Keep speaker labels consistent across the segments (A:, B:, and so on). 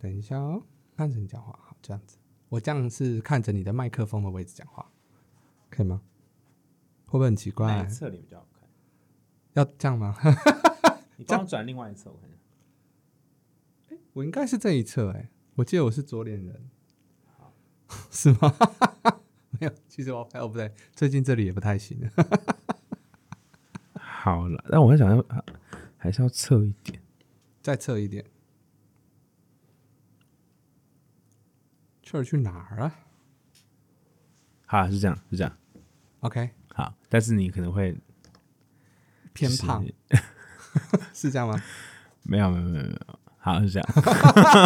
A: 等一下哦，看着你讲话，好，这样子，我这样是看着你的麦克风的位置讲话，可以吗？会不会很奇
B: 哪
A: 怪
B: 一？侧脸比较好看？
A: 要这样吗？
B: 你帮我转另外一侧，我看一下。
A: 我应该是这一侧哎、我记得我是左脸人， 是吗？ 没有，其实我拍哦不对，最近这里也不太行了。
B: 好了，但我会想要啊还是要侧一点。
A: 再侧一点。这儿去哪儿啊
B: 好，是这样，是这样。
A: ？OK，
B: 好，但是你可能会
A: 偏胖
B: 就是
A: 是这样吗？
B: 没有没有没有没有。好，是这样。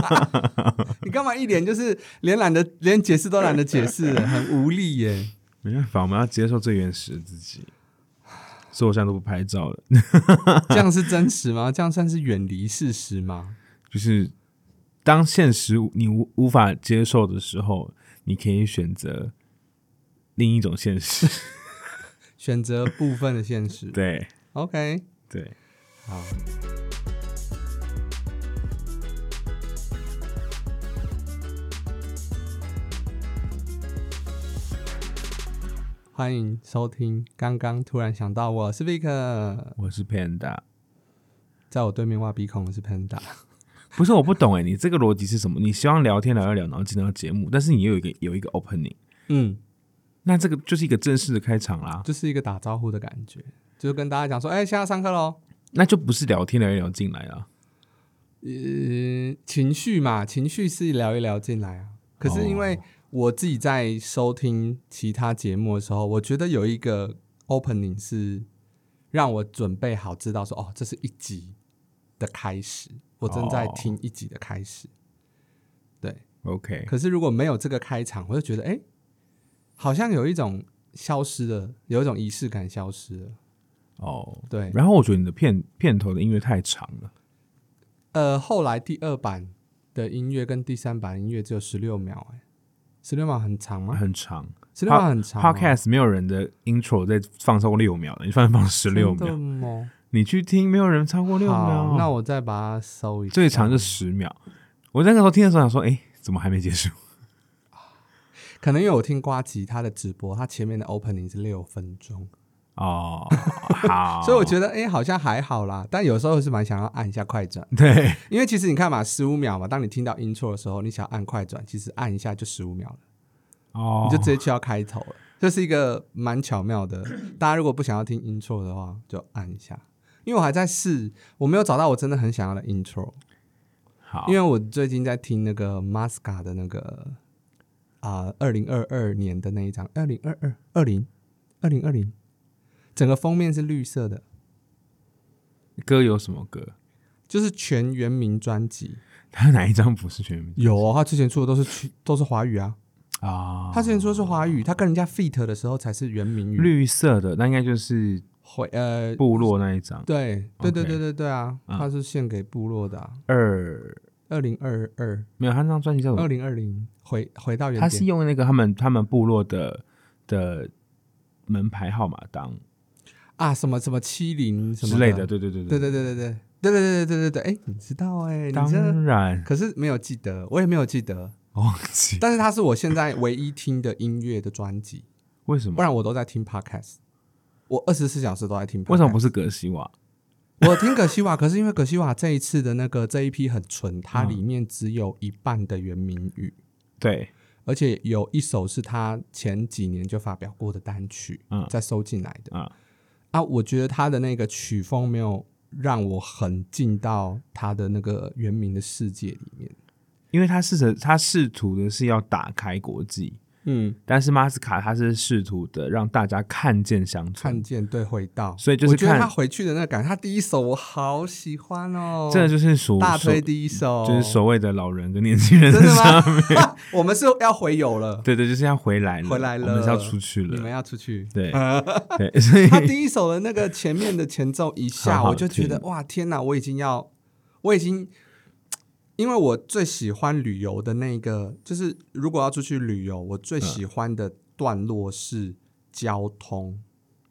A: 你干嘛一脸就是连懒得连解释都懒得解释，很无力耶。
B: 没办法，我们要接受最原始的自己。所以我现在都不拍照了，
A: 这样是真实吗？这样算是远离事实吗？
B: 就是当现实你无无法接受的时候，你可以选择另一种现实。
A: 选择部分的现实。
B: 对
A: OK，
B: 对，
A: 好。欢迎收听。刚刚突然想到，我是 Vic，
B: 我是 Panda，
A: 在我对面挖鼻孔的是 Panda。
B: 不是我不懂哎、你这个逻辑是什么？你希望聊天聊一聊，然后进到节目，但是你又有一个有一个 opening，
A: 嗯，
B: 那这个就是一个正式的开场啦，
A: 就是一个打招呼的感觉，就是跟大家讲说，哎、现在上课喽。
B: 那就不是聊天聊一聊进来啦。
A: 呃，情绪嘛，情绪是聊一聊进来啊。可是因为我自己在收听其他节目的时候，我觉得有一个 opening 是让我准备好知道说，哦，这是一集的开始，我正在
B: 哦
A: 听一集的开始。对，
B: OK，
A: 可是如果没有这个开场，我就觉得，哎、好像有一种消失了，有一种仪式感消失了。
B: 哦，
A: 对，
B: 然后我觉得你的片片头的音乐太长了，
A: 呃，后来第二版的音乐跟第三版音乐只有十六秒、哎，十六秒很长吗？
B: 很长。
A: 十六秒很长、哦。
B: 呃 Podcast 没有人的 intro 在放超过六秒的，你放放十六
A: 真的
B: 秒，
A: 吗？
B: 你去听没有人超过六秒
A: 好，，那我再把它搜一下。
B: 最长就十秒。我那个时候听的时候想说，哎、怎么还没结束？
A: 可能因为我听瓜吉他的直播，他前面的 opening 是六分钟，
B: 哦，好，
A: 所以我觉得哎、好像还好啦。但有时候是蛮想要按一下快转，
B: 对，
A: 因为其实你看嘛，十五秒嘛，当你听到 intro 的时候，你想要按快转，其实按一下就十五秒了。
B: 哦，
A: 你就直接去到开头了。这是一个蛮巧妙的，大家如果不想要听 intro 的话，就按一下。因为我还在试，我没有找到我真的很想要的 intro，
B: 好，
A: 因为我最近在听那个 Masca 的那个啊，二零二二年的那一张，二零二二二零二零二零，整个封面是绿色的，
B: 歌有什么歌？
A: 就是全原名专辑。
B: 他哪一张不是全名
A: 有哦，他之前出的都是去都是华语啊，
B: 啊？
A: 他之前出的是华语，他跟人家 feat 的时候才是原名语，
B: 绿色的，那应该就是
A: 会呃
B: 部落那一张。
A: 对对对
B: OK
A: 对对对啊，
B: 嗯
A: 它是献给部落的、啊。
B: 二
A: 二零二二、
B: 没有，他那张专辑叫什
A: 二
B: 么？
A: 零二零，回回到原
B: 他嗯是
A: 点。
B: 用那个他们他们部落的的门牌号码当
A: 啊，什么什么七零什么
B: 之类的，
A: 的，
B: 对对对
A: 对对对对对对对对对对对，哎，你知道哎、你这
B: 当然
A: 可是没有记得，我也没有记得，
B: 忘记
A: 但是它是我现在唯一听的音乐的专辑，
B: 为什
A: 不
B: 么？
A: 然我都在听 podcast，我二十四小时都在听 podcast。
B: 为什么不是格西瓦？
A: 我听葛西瓦，可是因为葛西瓦这一次的那个这一批很纯，
B: 嗯
A: 它里面只有一半的原名语。
B: 对，
A: 而且有一首是他前几年就发表过的单曲，
B: 嗯
A: 再收进来的
B: 啊，
A: 啊。我觉得他的那个曲风没有让我很进到他的那个原名的世界里面。
B: 因为他试着他试图的是要打开国际，
A: 嗯，
B: 但是马斯卡他是试图的让大家看见乡
A: 看
B: 村，
A: 见对回到，
B: 所以就是
A: 我觉得
B: 看
A: 他回去的那个感觉，他第一首我好喜欢哦，
B: 这就是属
A: 大推
B: 属
A: 第一首，
B: 就是所谓的老人跟年轻人
A: 真的
B: 上面。
A: 吗？ 我们是要回游了，
B: 对对，就是要回来了，
A: 回来了
B: 我们是要出去
A: 你们
B: 了。
A: 要出去。 啊
B: 对对，所以
A: 他第一首的那个前面的前奏一下，
B: 好好
A: 我就觉得哇，天哪！我已经要，我已经，因为我最喜欢旅游的那个，就是如果要出去旅游，我
B: 嗯
A: 最喜欢的段落是交通，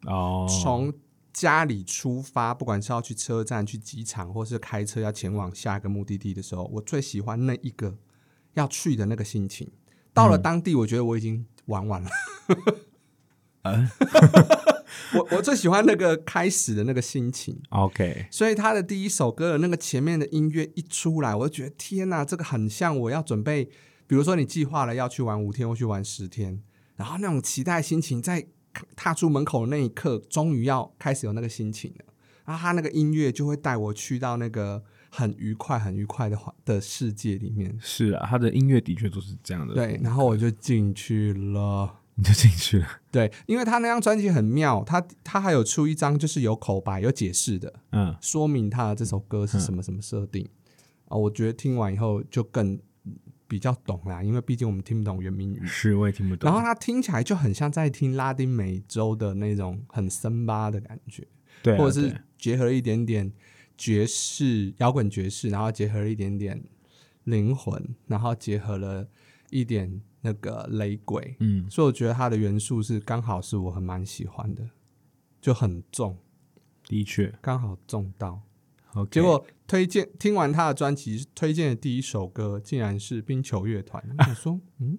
B: 哦，
A: 从家里出发，不管是要去车站、去机场，或是开车要前往下一个目的地的时候，我最喜欢那一个要去的那个心情。到了当地，我觉得我已经玩完了。 我我最喜欢那个开始的那个心情，
B: OK，
A: 所以他的第一首歌的那个前面的音乐一出来，我就觉得天哪，这个很像我要准备，比如说你计划了要去玩五天或去玩十天，然后那种期待心情在踏出门口的那一刻，终于要开始有那个心情了。然啊后他那个音乐就会带我去到那个很愉快、很愉快的环的世界里面。
B: 是啊，他的音乐的确都是这样的。
A: 对，然后我就进去了。
B: 你就进去了。
A: 对，因为他那张专辑很妙，他他还有出一张就是有口白、有解释的，
B: 嗯，
A: 说明他的这首歌是什么什么设定啊、我觉得听完以后就更嗯比较懂啦，因为毕竟我们听不懂原名语。
B: 是我也听不懂。
A: 然后它听起来就很像在听拉丁美洲的那种很森巴的感觉，
B: 对啊、
A: 或者
B: 对
A: 是
B: 啊
A: 结合了一点点爵士、摇滚爵士，然后结合了一点点灵魂，然后结合了一点那个雷鬼，
B: 嗯，
A: 所以我觉得它的元素是刚好是我很蛮喜欢的，就很重，
B: 的确。
A: 刚好重到。
B: OK，
A: 结果推荐听完他的专辑，推荐的第一首歌竟然是冰球乐团。我 想说，嗯，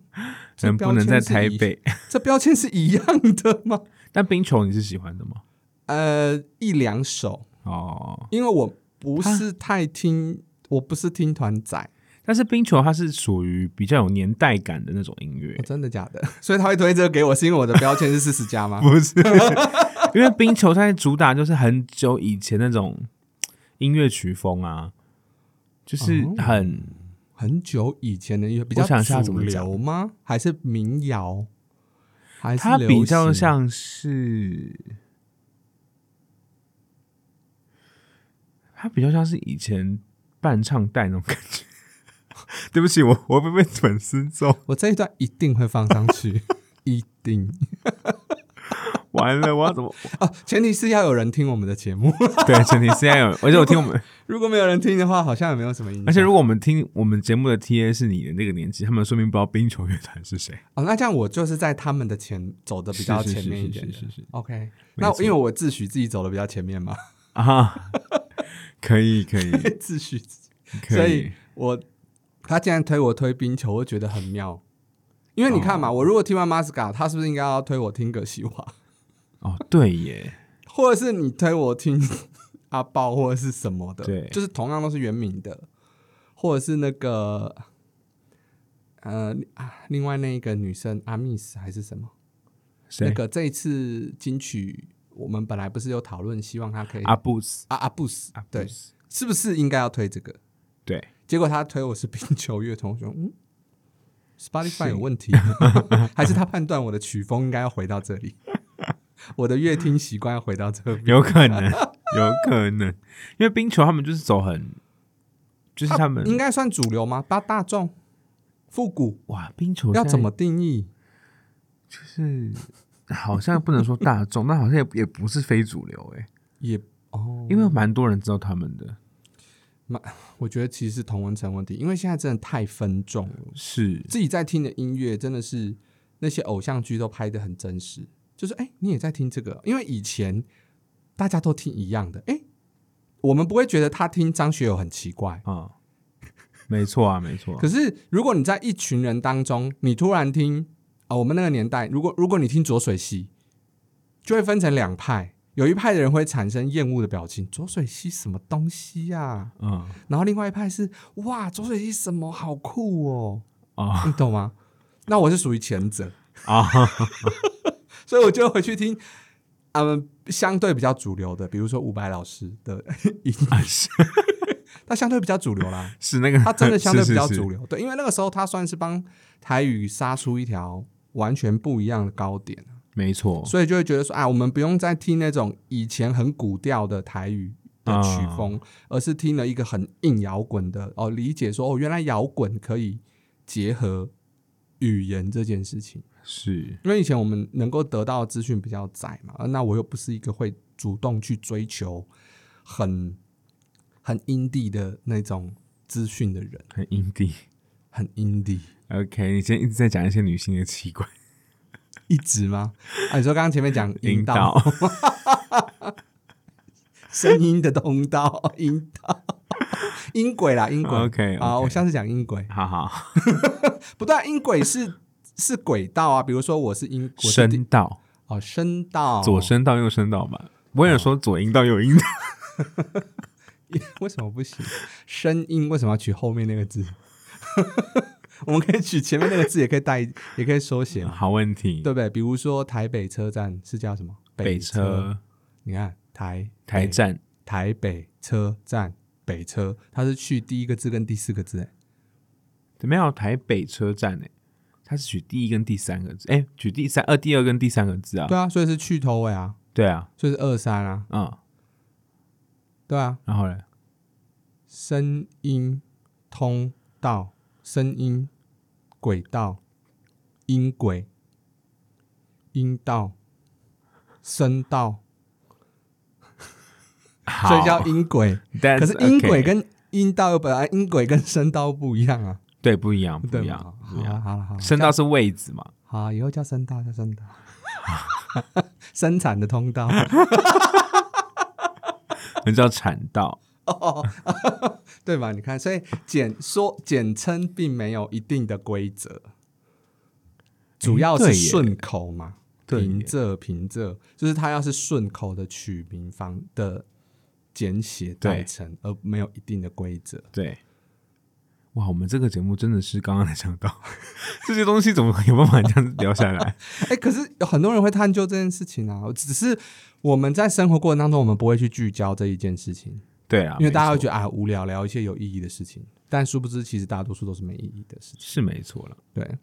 A: 这
B: 能
A: 标
B: 不能
A: 签
B: 在
A: 是
B: 台
A: 一？
B: 北？
A: 这标签是一样的吗？
B: 但冰球你是喜欢的吗？
A: 呃，一两首，
B: 哦，
A: 因为我不是太听，我不是听团仔，
B: 但是冰球它是属于比较有年代感的那种音乐
A: 哦，真的假的？ 所以他会推这个给我，是因为我的标签是四十加吗？
B: 不是，因为冰球它主打就是很久以前那种音乐曲风啊，就是
A: 哦
B: 很、
A: 很久以前的音乐，比较
B: 我想一下怎
A: 主
B: 么讲
A: 流吗？还是民谣？还是
B: 它
A: 流
B: 比较
A: 行
B: 像是，它比较像是以前伴唱带那种感觉。 对不起，我我会不会被粉丝揍？
A: 我这一段一定会放上 去，一定。
B: 完了，我要 怎么？
A: 哦，前提是要有人听我们的节目，
B: 对，前提是要有，而且我听我们，
A: 如果没有人听的话，好像也没有什么影响。
B: 而且如果我们听我们节目的 T A 是你的那个年纪，他们说明不知道冰球乐团是谁。
A: 哦，那这样我就是在他们的前走的比较
B: 是是
A: 前面一点的
B: 是是是是是
A: OK，
B: 没
A: 那
B: 错
A: 因为我自诩自己走的比较前面 嘛，
B: 啊，可以可 以
A: 自诩自己，所
B: 可
A: 以
B: 以，
A: 我他竟然推我推冰球，我觉得很妙。因为你看嘛，我如果听完 Masca，他是不是应该要推我听葛西瓦，
B: 哦，对耶，
A: 或者是你推我听 阿豹或者是什么的？
B: 对
A: 就是同样都是原名的，或者是那个呃啊，另外那一个女生阿密斯还是什么？那
B: 谁？
A: 个这一次金曲，我们本来不是有讨论，希望他可以
B: 阿布斯，
A: 啊阿布斯
B: 阿，布
A: 对，
B: 斯
A: 是不是应该要推这个？
B: 对，
A: 结果他推我是冰球乐团，我说嗯
B: 是
A: ，Spotify 有问题， 还是他判断我的曲风应该要回到这里，我的乐听习惯要回到这边。
B: 有可能，有可能，因为冰球他们就是走很，就是他们
A: 应该算主流吗？大大众、复古
B: 哇，冰球
A: 要
B: 现在
A: 怎么定义？
B: 就是好像不能说大众，但好像也也不是非主流哎，
A: 也哦，
B: 因为蛮多人知道他们的，
A: 我觉得其实是同文层问题，因为现在真的太分众了。
B: 是
A: 自己在听的音乐真的是那些偶像剧都拍的很真实，就是哎、诶你也在听这个，因为以前大家都听一样的，哎、我们不会觉得他听张学友很奇怪。
B: 啊，没错啊，没错
A: 可，是如果你在一群人当中，你突然听啊、我们那个年代，如果如果你听左水溪，就会分成两派，有一派的人会产生厌恶的表情，左水溪什么东西呀、
B: 嗯
A: 然后另外一派是哇，左水溪什么好酷哦，
B: 啊
A: 你懂吗？那我是属于前者。
B: 啊，
A: 所以我就回去听他们相对比较主流的，比如说伍佰老师的 音乐，
B: 是
A: 他相对比较主流啦，
B: 是那个，
A: 他真的相对比较
B: 是是
A: 主
B: 是
A: 流。对，因为那个时候他算是帮台语杀出一条完全不一样的高点，啊
B: 没错，
A: 所以就会觉得说啊，我们不用再听那种以前很古调的台语。的
B: 啊
A: 曲风，而是听了一个很硬摇滚的哦，理解说哦，原来摇滚可以结合语言这件事情。
B: 是
A: 因为以前我们能够得到的资讯比较窄嘛，呃那我又不是一个会主动去追求很很阴地的那种资讯的人，
B: 很阴地。
A: 很阴地，
B: OK，你今天一直在讲一些女性的奇怪
A: 一直吗？啊，你说刚刚前面讲
B: 引
A: 道，
B: 导，
A: 声音的通道，音道，音轨啦，音轨。
B: OK，OK
A: 啊，我下次讲音轨，
B: 好好，
A: 不对啊，音轨是是轨道啊，比如说我是音，我是第
B: 声道，
A: 哦，声道，
B: 左，声道，右声道吧。我有人说左音道，右音道，
A: 为什么不行？声音为什么要取后面那个字？ 我们可以取前面那个字，也可以带，也可以缩写嘛，
B: 好问题。
A: 对不对？比如说台北车站是叫什么？
B: 北
A: 车，
B: 车
A: 你看台
B: 台
A: 北
B: 站，
A: 台北车站北车，它是去第一个字跟第四个字，哎，
B: 没有台北车站诶，它是取第一跟第三个字，哎，取第三呃第二跟第三个字啊
A: 对。啊，所以是去头尾啊，
B: 对啊，
A: 所以是二三啊，
B: 嗯，
A: 对啊，
B: 然后呢？
A: 声音通道、声音轨道、音轨、音道、声道，所以叫
B: 好
A: 音轨。
B: That's
A: 可是音轨
B: okay
A: 跟音道又本来音轨跟声道不一样啊，
B: 对不一样，不
A: 对
B: 一
A: 吗
B: 样，？
A: 好
B: 不一
A: 啊
B: 样。
A: 好了好了，
B: 声道是位置嘛？
A: 好，以后叫声道，叫声道， 生产的通道。
B: 那叫产道。
A: 哦，对吧？你看，所以简说简称并没有一定的规则，主要是
B: 对耶
A: 顺口嘛，
B: 对
A: 平
B: 耶
A: 仄平仄，就是它要是顺口的取名方的简写代
B: 对
A: 称，而没有一定的规则。
B: 对，哇，我们这个节目真的是刚刚才讲到 这些东西，怎么有办法这样聊下来？
A: 哎，可是有很多人会探究这件事情啊，只是我们在生活过程当中，我们不会去聚焦这一件事情，
B: 对啊，
A: 因为大家
B: 没
A: 会
B: 错
A: 觉得啊无聊，聊一些有意义的事情，但殊不知其实大多数都是没意义的事情。
B: 是没错了。
A: 对，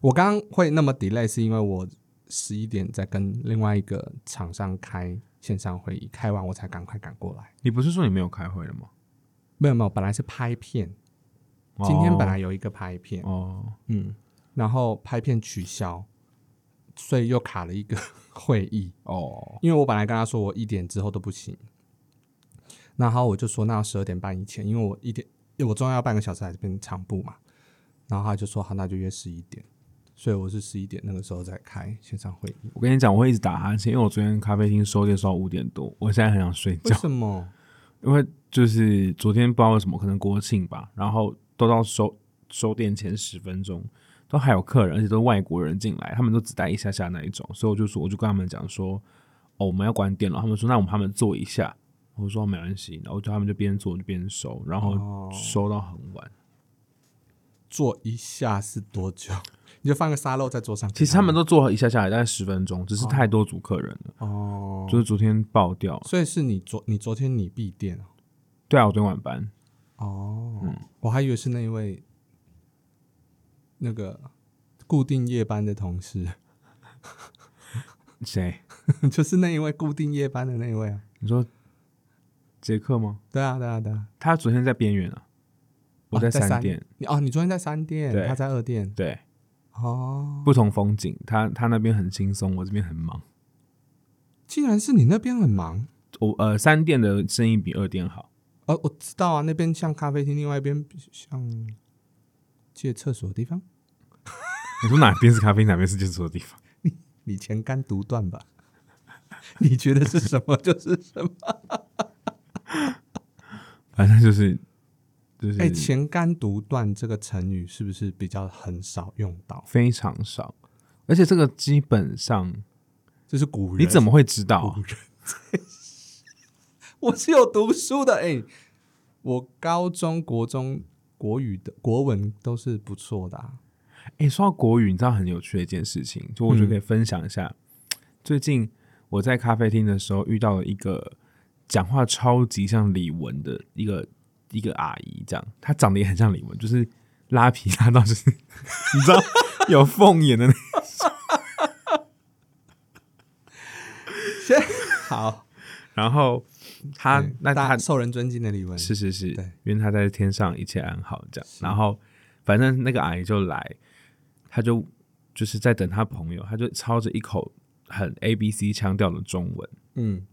A: 我刚刚会那么 delay 是因为我十一点在跟另外一个厂商开线上会议，开完我才赶快赶过来。
B: 你不是说你没有开会了吗？
A: 没有没有，本来是拍片，今天本来有一个拍片，
B: 哦，
A: 嗯，然后拍片取消，所以又卡了一个会议。
B: 哦，
A: 因为我本来跟他说我一点之后都不行，然后我就说那十二点半以前，因为我一点因为我中间要半个小时来这边长步嘛，然后他就说好，那就约十一点，所以我是十一点那个时候在开线上会议。
B: 我跟你讲，我会一直打哈欠，因为我昨天咖啡厅收店收到五点多，我现在很想睡
A: 为
B: 觉，
A: 什么？
B: 因为就是昨天不知道为什么，可能国庆吧，然后都到收收店前十分钟。都还有客人，而且都是外国人进来，他们都只待一下下那一种，所以我就说，我就跟他们讲说，哦，我们要关店了。他们说，那我们他们坐一下。我说哦没关系，然后就他们就边做就边收，然后收到很晚。
A: 坐一下是多久？ 你就放个沙漏在桌上。
B: 其实他们都做一下下来，大概十分钟，只是太多组客人了，
A: 哦，
B: 就是昨天爆掉。
A: 所以是你昨你昨天你闭店哦。
B: 对啊，我昨天晚班，
A: 哦，
B: 嗯
A: 我还以为是那一位那个固定夜班的同事。
B: 谁？
A: 就是那一位固定夜班的那一位啊。
B: 你说杰克吗？
A: 对啊，对啊，对啊。
B: 他昨天在边缘啊，我
A: 哦在
B: 三
A: 三
B: 店，
A: 你哦，你昨天在三店，
B: 对
A: 他在二店。
B: 对，
A: 哦，
B: 不同风景，他他那边很轻松，我这边很忙。
A: 竟然是你那边很忙。
B: 我呃，三店的生意比二店好，
A: 哦，我知道啊，那边像咖啡厅，另外一边像借厕所的地方。
B: 你说哪边是咖啡，哪边是建筑的地方？
A: 你前干独断吧， 你觉得是什么就是什么。
B: 反正就是就是、
A: 哎、前干独断这个成语是不是比较很少用到？
B: 非常少，而且这个基本上
A: 这是古人。
B: 你怎么会知道啊、
A: 我是有读书的，哎、我高中国中国语的国文都是不错的、啊。
B: 哎、说到国语，你知道很有趣的一件事情，就我觉得
A: 嗯
B: 可以分享一下。最近我在咖啡厅的时候遇到了一个讲话超级像李玟的一个一个阿姨，这样她长得也很像李玟，就是拉皮拉到就是 你知道有凤眼的那种。
A: 先好，
B: 然后她
A: 对
B: 那
A: 大
B: 她
A: 受人尊敬的李玟
B: 是是是
A: 对，
B: 因为他在天上一切安好这样。然后反正那个阿姨就来，他就就是在等他朋友，他就操着一口很 A B C 腔调的中文，
A: 嗯，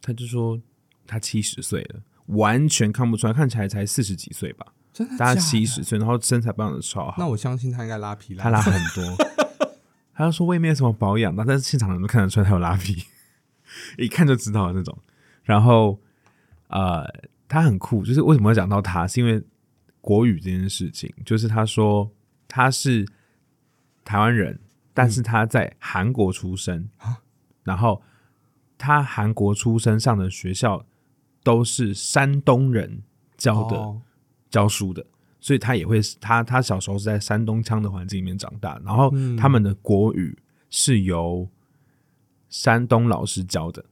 B: 他就说他七十岁了，完全看不出来，看起来才四十几岁吧，
A: 真的
B: 大
A: 假
B: 概
A: 的
B: 七。十岁，然后身材保养的超好，
A: 那我相信他应该拉皮拉。
B: 他拉很多。 他 就说我也没有什么保养，但是现场人都看得出来他有拉皮，一看就知道的那种。然后呃，他很酷，就是为什么会讲到他，是因为国语这件事情，就是他说他是台湾人，但是他在韩国出生，然后他韩国出生上的学校都是山东人教的、
A: 哦
B: 教书的。所以他也会，他他小时候是在山东腔的环境里面长大，然后
A: 嗯
B: 他们的国语是由山东老师教的，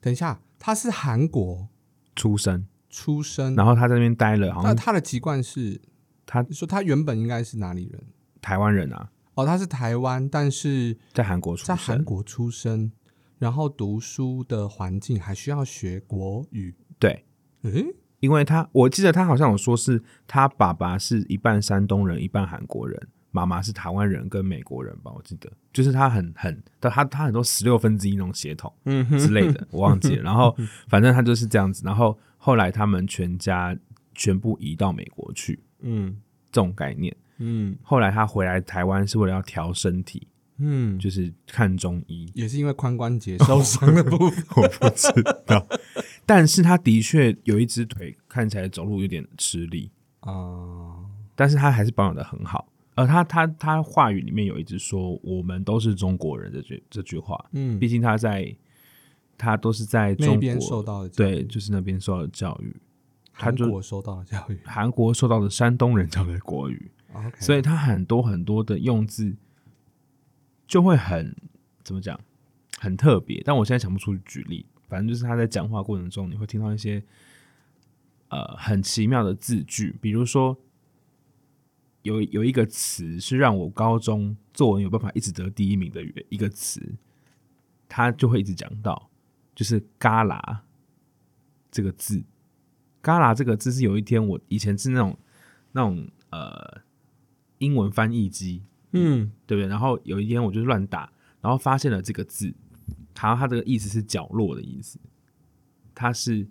A: 等一下，他是韩国
B: 出生，
A: 出生，
B: 然后他在那边待了，好
A: 那嗯
B: 像
A: 哦他的籍贯是，
B: 他
A: 你说他原本应该是哪里人？
B: 台湾人啊，
A: 哦，他是台湾，但是
B: 在韩国出
A: 在韩
B: 生，
A: 国出生，然后读书的环境还需要学国语。
B: 对，
A: 诶，
B: 因为他我记得他好像有说是他爸爸是一半山东人，一半韩国人，妈妈是台湾人跟美国人吧，我记得，就是他很很他他他很多十六分之一那种血统
A: 嗯
B: 之类的，我 忘记了，然后反正他就是这样子，然后后来他们全家全部移到美国去，
A: 嗯
B: 这种概念。
A: 嗯
B: 后来他回来台湾是为了要调身体，
A: 嗯，
B: 就是看中医，
A: 也是因为髋关节受伤的部分。
B: 哦 我不知道。但是他的确有一只腿看起来走路有点吃力，
A: 啊、
B: 但是他还是保养的很好。呃，他他他话语里面有一直说“我们都是中国人”这句这句话，
A: 嗯，
B: 毕竟他在他都是在
A: 那
B: 中
A: 边受
B: 国，
A: 到的教育
B: 对，就是那边受到的教育，他
A: 韩
B: 就
A: 国受到的教育。
B: 韩国受到的山东人教的国语，
A: OK，
B: 所以他很多很多的用字就会很怎么讲，很特别。但我现在想不出举例，反正就是他在讲话过程中，你会听到一些呃很奇妙的字句，比如说有有一个词是让我高中作文有办法一直得第一名的一个词，他就会一直讲到，就是“旮旯”这个字。旮旯这个字是有一天我以前是那种那种呃英文翻译机，
A: 嗯
B: 对不对？然后有一天我就乱打，然后发现了这个字，然后它这个意思是角落的意思，它是，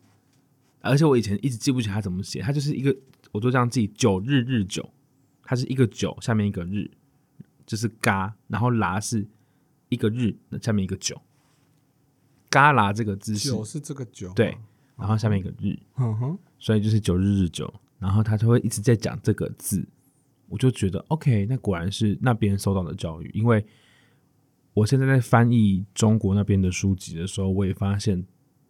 B: 而且我以前一直记不起它怎么写，它就是一个，我就这样记九日日九，它是一个九下面一个日，就是嘎，然后啦是一个日下面一个九，嘎啦这个字是
A: 酒是这个酒吗，
B: 对，然后下面一个日，
A: 嗯哼，
B: 所以就是九日日九，然后他就会一直在讲这个字，我就觉得 OK，那果然是那边受到的教育，因为我现在在翻译中国那边的书籍的时候，我也发现，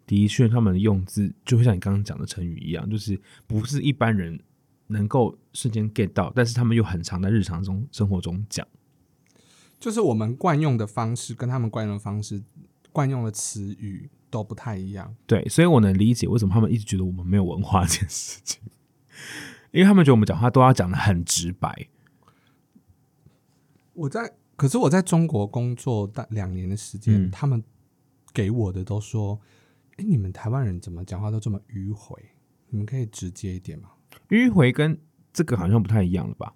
B: 的确他们的用字就会像你刚刚讲的成语一样，就是不是一般人能够瞬间 get 到，但是他们又很常在日常中生活中讲，
A: 就是我们惯用的方式跟他们惯用的方式、惯用的词语都不太一样。
B: 对，所以我能理解为什么他们一直觉得我们没有文化这件事情， 因为他们觉得我们讲话都要讲的很直白，
A: 我在，可是我在中国工作大两年的时间，
B: 嗯
A: 他们给我的都说：“哎，你们台湾人怎么讲话都这么迂回？你们可以直接一点吗
B: 迂回跟这个好像不太一样了吧？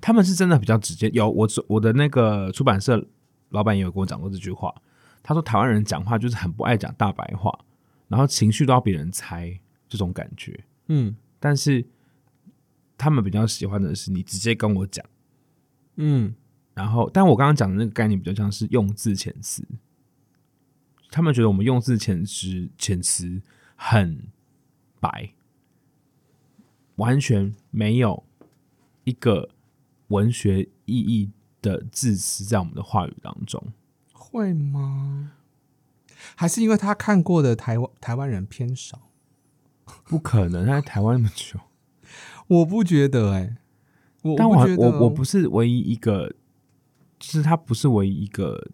B: 他们是真的比较直接。有我我的那个出版社老板也有跟我讲过这句话，他说台湾人讲话就是很不爱讲大白话，然后情绪都要别人猜这种感觉。？”
A: 嗯
B: 但是他们比较喜欢的是你直接跟我讲，
A: 嗯，
B: 然后但我刚刚讲的那个概念比较像是用字遣词，他们觉得我们用字遣词遣词很白，完全没有一个文学意义的字词在我们的话语当中。
A: 会吗？还是因为他看过的台湾台湾人偏少？
B: 不可能，他在台湾那么久，
A: 我不觉得哎、我
B: 但
A: 我
B: 我
A: 不觉得
B: 我我
A: 哦
B: 不啊是唯一一个，就是他不是唯一一个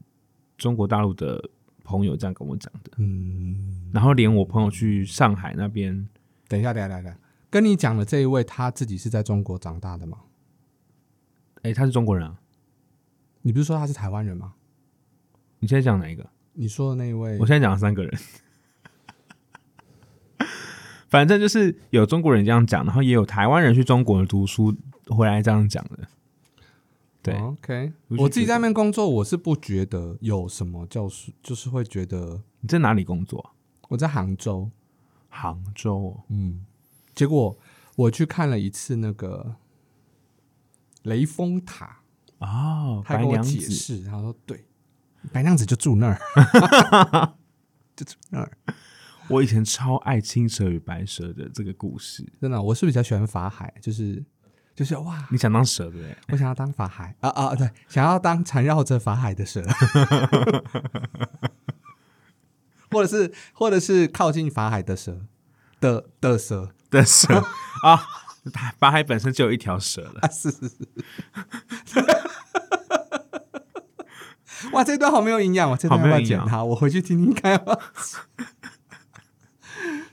B: 中国大陆的朋友这样跟我讲的。
A: 嗯，
B: 然后连我朋友去上海那边，
A: 等一下，等一下，等一下，跟你讲的这一位，他自己是在中国长大的吗？
B: 哎、他是中国人啊，
A: 你不是说他是台湾人吗？
B: 你现在讲哪一个？
A: 你说的那一位
B: 我现在讲了三个人， 反正就是有中国人这样讲，然后也有台湾人去中国读书回来这样讲的。对，
A: o k
B: 我就觉得
A: 我自己在那边工作，我是不觉得有什么，就是就是会觉得
B: 你在哪里工作啊？
A: 我在杭州，
B: 杭州哦、
A: 嗯，结果我去看了一次那个雷峰塔，
B: 哦，
A: 他还
B: 白
A: 跟我
B: 娘
A: 解
B: 子，
A: 释，他说对，白娘子就住那儿，就住那儿，
B: 我以前超爱《青蛇与白蛇》的这个故事，
A: 真的，我是比较喜欢法海，就是就是哇，
B: 你想当蛇对不 对？
A: 我想要当法海啊啊，对，想要当缠绕着法海的 蛇，或者是或者是靠近法海的蛇的的蛇
B: 的蛇 啊，它法海本身就有一条蛇了。
A: 啊，是 是是。哇，这段好没有营养哦，这段
B: 好
A: 要不
B: 没有
A: 要
B: 营
A: 剪
B: 养
A: 它？我回去听听看要不要剪。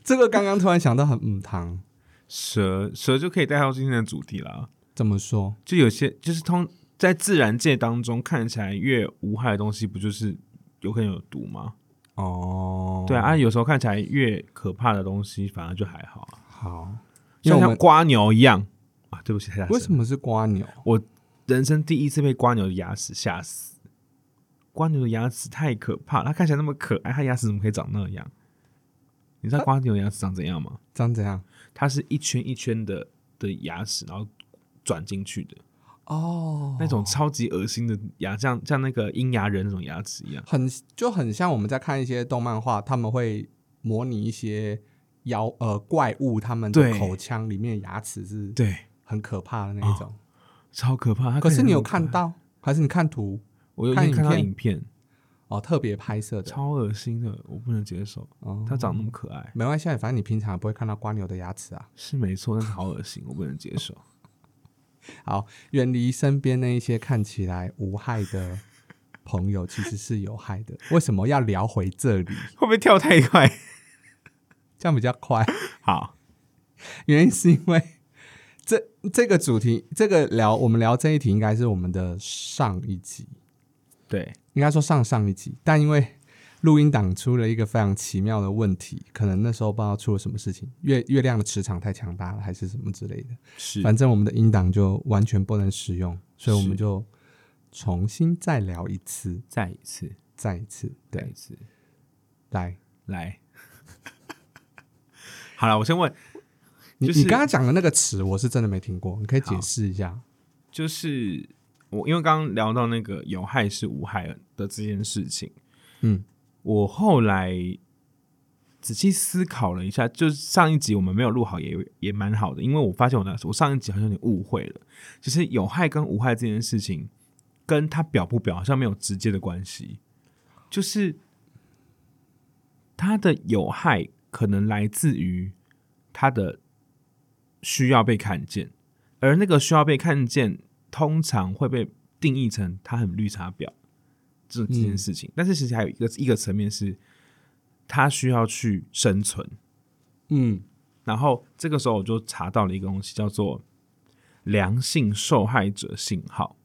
A: 这个刚刚突然想到很嗯糖，
B: 蛇蛇就可以带到今天的主题啦。
A: 怎么说？
B: 就有些就是通在自然界当中看起来越无害的东西，不就是有可能有毒吗？
A: 哦，
B: 对啊，啊有时候看起来越可怕的东西，反而就还好啊，
A: 好，因
B: 像
A: 为我
B: 像
A: 们
B: 瓜牛一样啊。对不起，太大声
A: 为什么是瓜牛？
B: 人生第一次被瓜牛的牙齿吓死。瓜牛的牙齿太可怕，它看起来那么可爱，它牙齿怎么可以长那样？你知道瓜牛的牙齿长怎样吗？
A: 长怎样？
B: 它是一圈一圈的的牙齿，然后转进去的
A: 哦，
B: 那种超级恶心的牙，像像那个阴牙人那种牙齿一样。
A: 很就很像我们在看一些动漫画，他们会模拟一些妖呃怪物，他们的
B: 对
A: 口腔里面的牙齿是
B: 对，
A: 很可怕的那一种。
B: 超可怕。它
A: 可是你有
B: 看起
A: 看
B: 来
A: 到，还是你看图
B: 那么可爱？我有
A: 看
B: 看
A: 影
B: 看到
A: 片
B: 影片，
A: 哦？特别拍摄的，
B: 超恶心的，我不能接受。
A: 哦
B: 它长那么可爱
A: 没关系，啊，反正你平常也不会看到瓜牛的牙齿啊。
B: 是没错，但是好恶心，我不能 接受。
A: 好，远离身边那一些看起来无害的朋友，其实是有害的。为什么要聊回这里？
B: 会不会跳太 快？
A: 这样比较快。
B: 好，
A: 原因是因为这这个主题，这个聊我们聊这一题，应该是我们的上一集，
B: 对，
A: 应该说上上一集，但因为录音档出了一个非常奇妙的问题，可能那时候不知道出了什么事情，月月亮的磁场太强大了，还是什么之类的，
B: 是
A: 反正我们的音档就完全不能使用，所以我们
B: 是
A: 就重新再聊一次，
B: 再一次，
A: 再一次，
B: 再
A: 对
B: 一，次，
A: 来。
B: 来。 好了，我先问，
A: 你、
B: 就是
A: 你刚刚讲的那个词，我是真的没听过，你可以解
B: 好
A: 释一下。
B: 就是我因为刚刚聊到那个有害是无害的这件事情，
A: 嗯，
B: 我后来仔细思考了一下，就是上一集我们没有录好也也蛮好的，因为我发现我那时候我上一集好像有点误会了，就是有害跟无害这件事情跟它表不表好像没有直接的关系，就是它的有害可能来自于它的需要被看见，而那个需要被看见通常会被定义成它很绿茶婊。
A: 嗯
B: 这这件事情，但是其实还有一个一个层面是，他需要去生存。
A: 嗯，
B: 然后这个时候我就查到了一个东西，叫做良性受害者信号，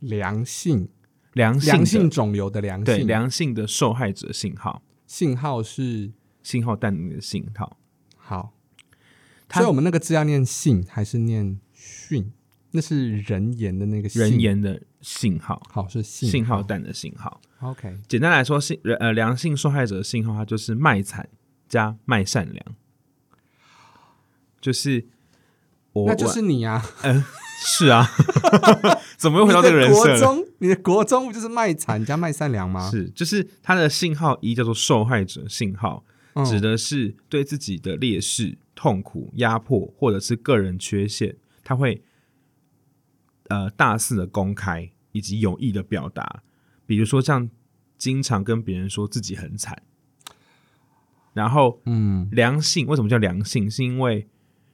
A: 良性
B: 良性的
A: 良性肿瘤的良性，
B: 对良性的受害者信号，
A: 信号是
B: 信号弹的信号，
A: 好，
B: 它
A: 所以我们那个字要念信还是念训？那是人言的那个信
B: 人言的信号，
A: 好是信
B: 信号弹的信号。
A: OK，
B: 简单来说，信呃良性受害者的信号，它就是卖惨加卖善良，就是我
A: 那就
B: 我
A: 是你啊！
B: 是 啊，怎么又
A: 你
B: 回到这
A: 的
B: 个人设
A: 国
B: 了？
A: 中，啊你的国中不就是卖惨加卖善良吗？
B: 是，就是它的信号一叫做受害者信号，
A: 嗯
B: 指的是对自己的劣势、痛苦、压迫或者是个人缺陷，他会呃大肆的公开以及有意的表达，比如说像经常跟别人说自己很惨，然后
A: 嗯
B: 良性为什么叫良性？是因为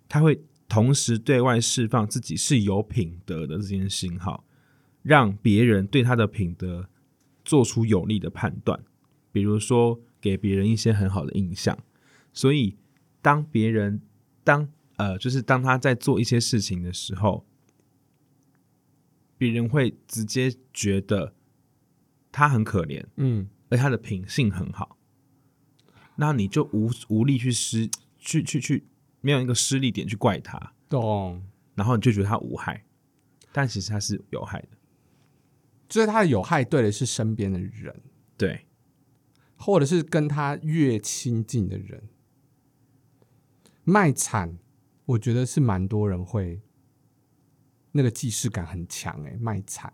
B: 它会同时对外释放自己是有品德的这件信号，让别人对他的品德做出有利的判断，比如说给别人一些很好的印象。所以，当别人当呃，就是当他在做一些事情的时候，别人会直接觉得他很可怜，
A: 嗯，
B: 而他的品性很好，那你就无无力去施去去去没有一个施力点去怪他，
A: 懂。
B: 然后你就觉得他无害，但其实他是有害的。
A: 就是他的有害对的是身边的人，
B: 对，
A: 或者是跟他越亲近的人。卖惨，我觉得是蛮多人会那欸个既视感很强诶、卖惨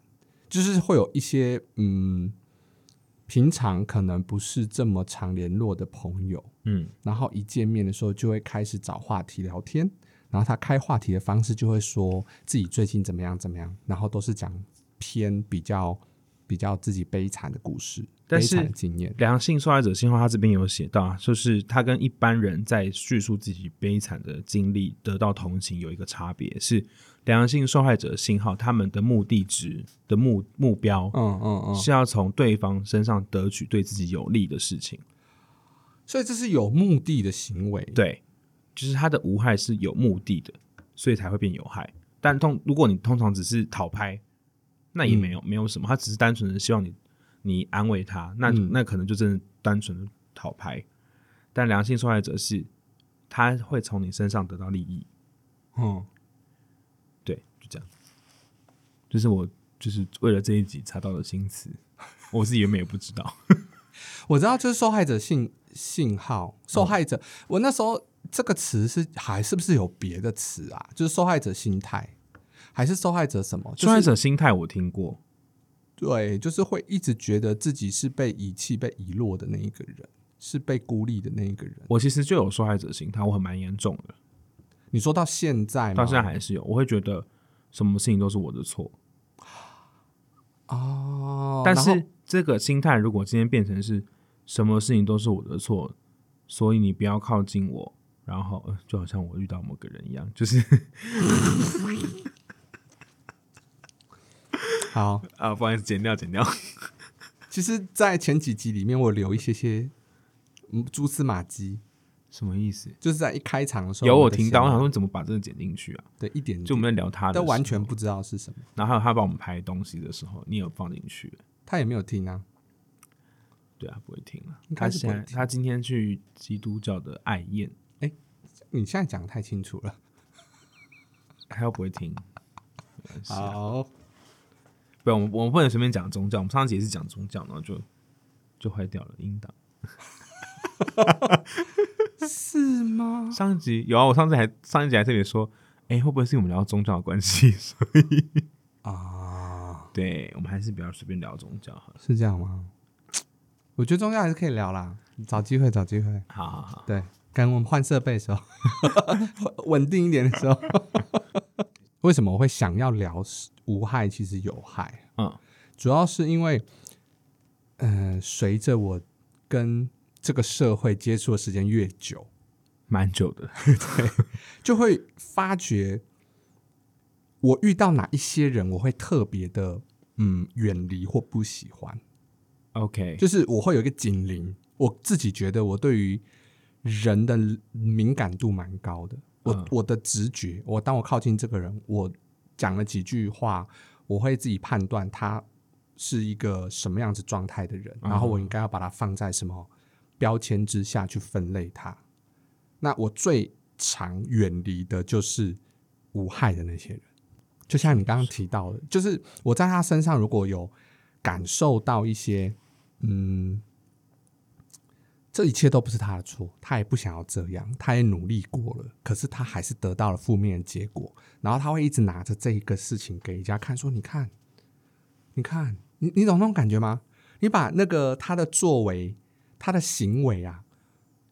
A: 就是会有一些嗯平常可能不是这么常联络的朋友，
B: 嗯，
A: 然后一见面的时候就会开始找话题聊天，然后他开话题的方式就会说自己最近怎么样怎么样，然后都是讲偏比较比较自己悲惨的故事，
B: 但
A: 悲
B: 是
A: 惨的经验。
B: 良性受害者信号，他这边有写到啊，就是他跟一般人在叙述自己悲惨的经历得到同情有一个差别，是良性受害者信号，他们的目的值的目目标
A: 嗯嗯嗯，
B: 是要从对方身上得取对自己有利的事情，
A: 所以这是有目的的行为。
B: 对，就是他的无害是有目的的，所以才会变有害。但通如果你通常只是讨拍，那也没
A: 嗯
B: 有、没有什么，他只是单纯的希望你你安慰他，那、
A: 嗯
B: 那可能就真的单纯的讨拍。但良性受害者是他会从你身上得到利益，
A: 嗯，
B: 对，就这样。就是我就是为了这一集查到的新词，我自己原本也不知道。
A: 我知道，就是受害者信信号，
B: 嗯
A: 受害者。我那时候这个词是还是不是有别的词啊？就是受害者心态，还是受害者什么？ 就是
B: 受害者心态我听过，
A: 对，就是会一直觉得自己是被遗弃、被遗落的那一个人，是被孤立的那一个人。
B: 我其实就有受害者心态，我很蛮严重的。
A: 你说到现在吗？
B: 到现在还是有，我会觉得什么事情都是我的错。
A: 哦，
B: 但
A: 然后
B: 是这个心态如果今天变成是什么事情都是我的错，所以你不要靠近我，然后、呃就好像我遇到某个人一样，就是
A: 好，
B: 啊，不好意思，剪掉，剪掉。
A: 其实，在前几集里面，我留一些些嗯蛛丝马迹，
B: 什么意思？
A: 就是在一开场的时候
B: 有我
A: 的
B: 听到，我
A: 闲
B: 想
A: 聊
B: 说你怎么把这个剪进去啊？
A: 对一点点，
B: 就我们在聊他的
A: 但
B: 事，
A: 完全不知道是什么，
B: 然后还有他帮我们拍东西的时候，你有放进去，
A: 他也没有听啊。
B: 对啊，不会听了。
A: 应该
B: 他
A: 是
B: 现
A: 不会
B: 在
A: 听
B: 他今天去基督教的爱宴，
A: 你现在讲得太清楚了。
B: 他又不会听。没关系啊
A: 好，
B: 不，我们我们不能随便讲宗教。我们上次也是讲宗教，然后就就坏掉了音档。
A: 是吗？
B: 上一集有啊，我上次还上一集还特别说，哎、会不会是因为我们聊到宗教的关系？所以，
A: 啊，
B: 对我们还是不要随便聊宗教好了。
A: 是这样吗？我觉得中间还是可以聊啦，找机会，找机会。
B: 好好好，
A: 对，跟我们换设备的时候， 稳定一点的时候， 为什么我会想要聊无害？其实有害，啊
B: 嗯，
A: 主要是因为，呃，随着我跟这个社会接触的时间越久，
B: 蛮久的，
A: 就会发觉，我遇到哪一些人，我会特别的嗯远离或不喜欢，
B: OK，
A: 就是我会有一个警铃。我自己觉得我对于人的敏感度蛮高的，我、
B: 嗯
A: 我的直觉，我当我靠近这个人，我讲了几句话，我会自己判断他是一个什么样子状态的人，
B: 嗯
A: 然后我应该要把它放在什么标签之下去分类它。那我最常远离的就是无害的那些人，就像你刚刚提到的，就是我在他身上如果有感受到一些，嗯，这一切都不是他的错，他也不想要这样，他也努力过了，可是他还是得到了负面的结果，然后他会一直拿着这一个事情给人家看，说你看，你看，你你懂那种感觉吗？你把那个他的作为、他的行为啊，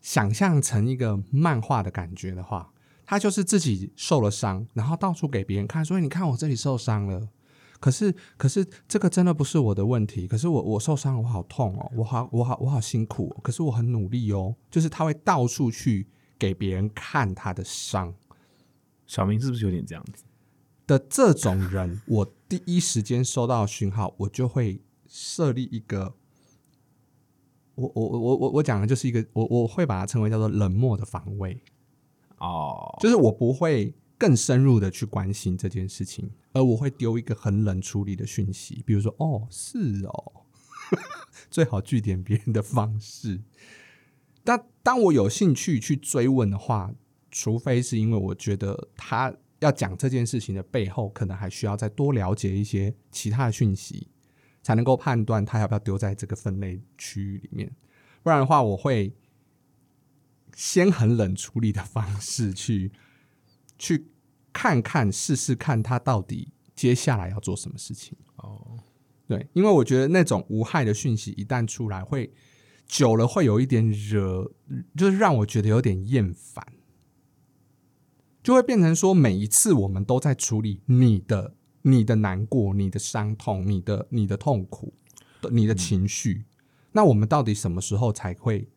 A: 想象成一个漫画的感觉的话，他就是自己受了伤，然后到处给别人看，所以你看我这里受伤了。可是，可是这个真的不是我的问题。可是我我受伤了，我好痛哦，我好我好我好辛苦、哦。可是我很努力哦，就是他会到处去给别人看他的伤
B: 小明是不是有点这样子？
A: 的这种人，我第一时间收到讯号，我就会设立一个，我我我我我我讲的就是一个，我我会把它称为叫做冷漠的防卫。
B: 哦，
A: 就是我不会更深入的去关心这件事情，而我会丢一个很冷处理的讯息，比如说哦是哦， 最好据点别人的方式。但当我有兴趣去追问的话，除非是因为我觉得他要讲这件事情的背后，可能还需要再多了解一些其他的讯息，才能够判断他要不要丢在这个分类区域里面。不然的话，我会先很冷处理的方式去去看看试试看他到底接下来要做什么事情。
B: 哦，
A: 对，因为我觉得那种无害的讯息一旦出来，会久了会有一点惹，就是让我觉得有点厌烦，就会变成说每一次我们都在处理你的、你的难过、你的伤痛、你的、你的痛苦、你
B: 嗯
A: 的情绪，那我们到底什么时候才会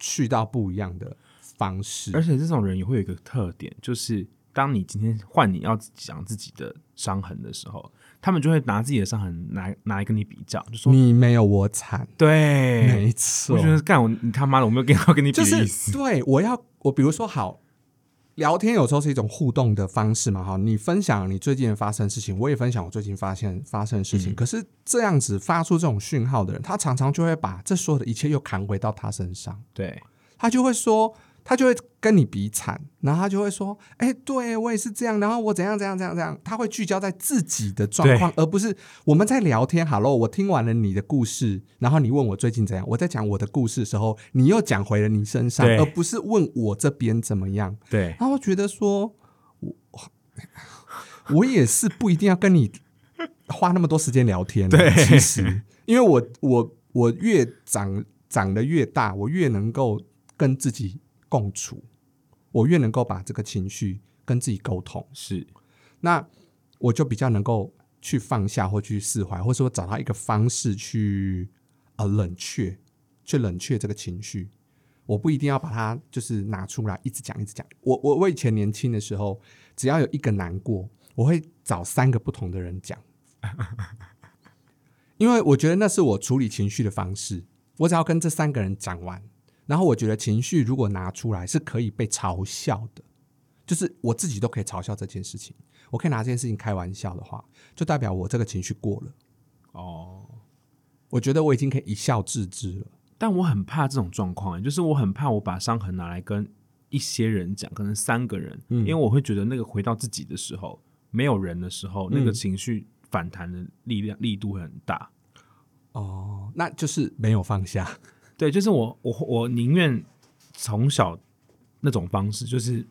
A: 去到不一样的方式？
B: 而且这种人也会有一个特点，就是当你今天换你要讲自己的伤痕的时候，他们就会拿自己的伤痕拿拿来跟你比较，就说
A: 你没有我惨，
B: 对，
A: 没错
B: 我觉，得干我你他妈的，我没有跟 要跟你比
A: 就
B: 的
A: 是
B: 意思，
A: 对我要我比如说好。聊天有时候是一种互动的方式嘛，哈，你分享你最近发生的事情，我也分享我最近发现发生的事
B: 嗯
A: 情。可是这样子发出这种讯号的人，他常常就会把这所有的一切又扛回到他身上，
B: 对，
A: 他就会说，他就会跟你比惨，然后他就会说，哎、对我也是这样，然后我怎样怎样怎样怎样，他会聚焦在自己的状况，而不是我们在聊天。好喽，我听完了你的故事，然后你问我最近怎样，我在讲我的故事的时候，你又讲回了你身上，
B: 对
A: 而不是问我这边怎么样。
B: 对，
A: 然后觉得说， 我我也是不一定要跟你花那么多时间聊天、啊。
B: 对
A: 其实因为我我我越长长得越大，我越能够跟自己共处，我越能够把这个情绪跟自己沟通，
B: 是，
A: 那我就比较能够去放下或去释怀，或者说找到一个方式去呃冷却，去冷却这个情绪。我不一定要把它就是拿出来一直讲一直讲。我我我以前年轻的时候，只要有一个难过，我会找三个不同的人讲，因为我觉得那是我处理情绪的方式。我只要跟这三个人讲完，然后我觉得情绪如果拿出来是可以被嘲笑的，就是我自己都可以嘲笑这件事情，我可以拿这件事情开玩笑的话，就代表我这个情绪过了。
B: 哦。
A: 我觉得我已经可以一笑置之了。
B: 但我很怕这种状况、欸，就是我很怕我把伤痕拿来跟一些人讲，可能三个人，
A: 嗯
B: 因为我会觉得那个回到自己的时候，没有人的时候，那
A: 嗯
B: 个情绪反弹的力量力度会很大。
A: 哦，那就是没有放下。
B: 对，就是我我我宁愿从小那种方式，就是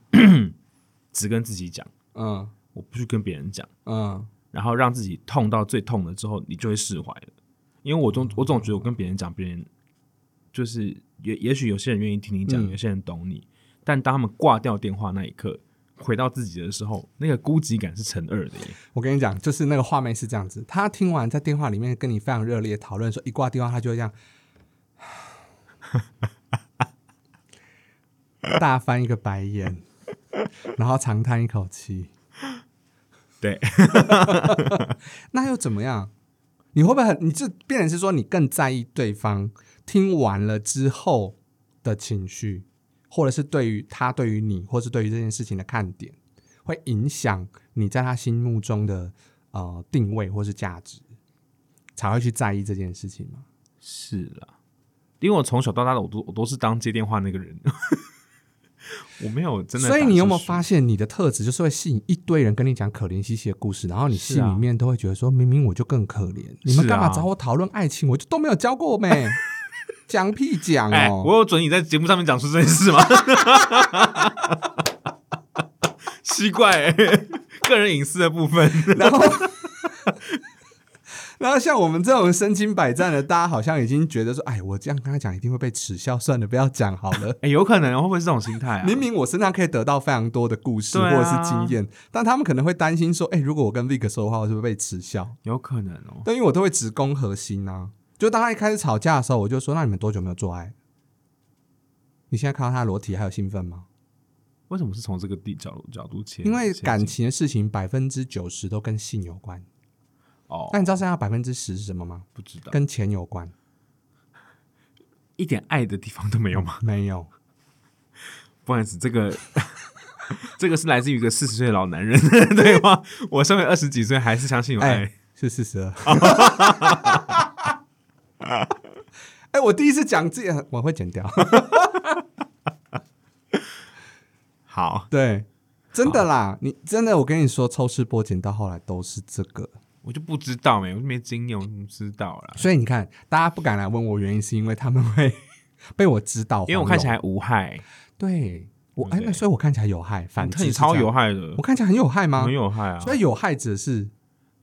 B: 只跟自己讲，
A: 嗯
B: 我不去跟别人讲，
A: 嗯，
B: 然后让自己痛到最痛了之后，你就会释怀了。因为我
A: 哦
B: 总我总觉得我跟别人讲，别人就是也也许有些人愿意听你
A: 嗯
B: 讲，有些人懂你，但当他们挂掉电话那一刻，回到自己的时候，那个孤寂感是乘二的耶。
A: 我跟你讲，就是那个画面是这样子。他听完在电话里面跟你非常热烈讨论，说一挂电话他就会这样大翻一个白眼，然后长叹一口气。
B: 对，
A: 那又怎么样？你会不会很？你这变成是说你更在意对方听完了之后的情绪，或者是对于他对于你，或是对于这件事情的看点，会影响你在他心目中的呃定位或是价值，才会去在意这件事情吗？
B: 是啦，因为我从小到大的我都我都是当接电话那个人， 我没有真的打出
A: 所
B: 去。
A: 以你有没有发现你的特质就是会吸引一堆人跟你讲可怜兮兮的故事，然后你
B: 是
A: 心
B: 啊
A: 里面都会觉得说，明明我就更可怜，你们干嘛找我讨论爱情？我就都没有教过 没，讲屁讲哦、
B: 哎、我有准你在节目上面讲出这件事吗？ 奇怪、 欸，个人隐私的部分，
A: 然后，然后像我们这种身经百战的，大家好像已经觉得说，哎，我这样跟他讲一定会被耻笑，算了，不要讲好了。
B: 哎、有可能会不会是这种心态啊？
A: 明明我身上可以得到非常多的故事
B: 对
A: 或
B: 啊
A: 者是经验，但他们可能会担心说，哎，如果我跟 Vic 说话，我是不是被耻笑？
B: 有可能哦、
A: 但因为我都会直攻核心啊。就当他一开始吵架的时候，我就说，那你们多久没有做爱？你现在看到他的裸体还有兴奋吗？
B: 为什么是从这个地角度角度切？
A: 因为
B: 切进
A: 感情的事情百分之九十都跟性有关，
B: 哦，
A: 但你知道剩下百分之十是什么吗？
B: 不知道
A: 跟钱有关。
B: 一点爱的地方都没有吗？
A: 没有，
B: 不好意思，这个 这个是来自于一个四十岁的老男人 的对话。我身为二十几岁，还是相信有爱。
A: 哎，是四十 二。哎，我第一次讲自己，我会剪掉。
B: 好，
A: 对，真的啦，你真的，我跟你说，抽丝剥茧到后来都是这个。
B: 我就不知道没、我就没经验，我怎么知道啦？
A: 所以你看，大家不敢来问我原因，是因为他们会 被我指导，
B: 因为我看起来无害，
A: 对我哎，
B: 对
A: 那所以我看起来有害，反
B: 你
A: 正
B: 你超有，害的
A: 我，看起来很有害吗
B: 很？有害啊！
A: 所以有害指的是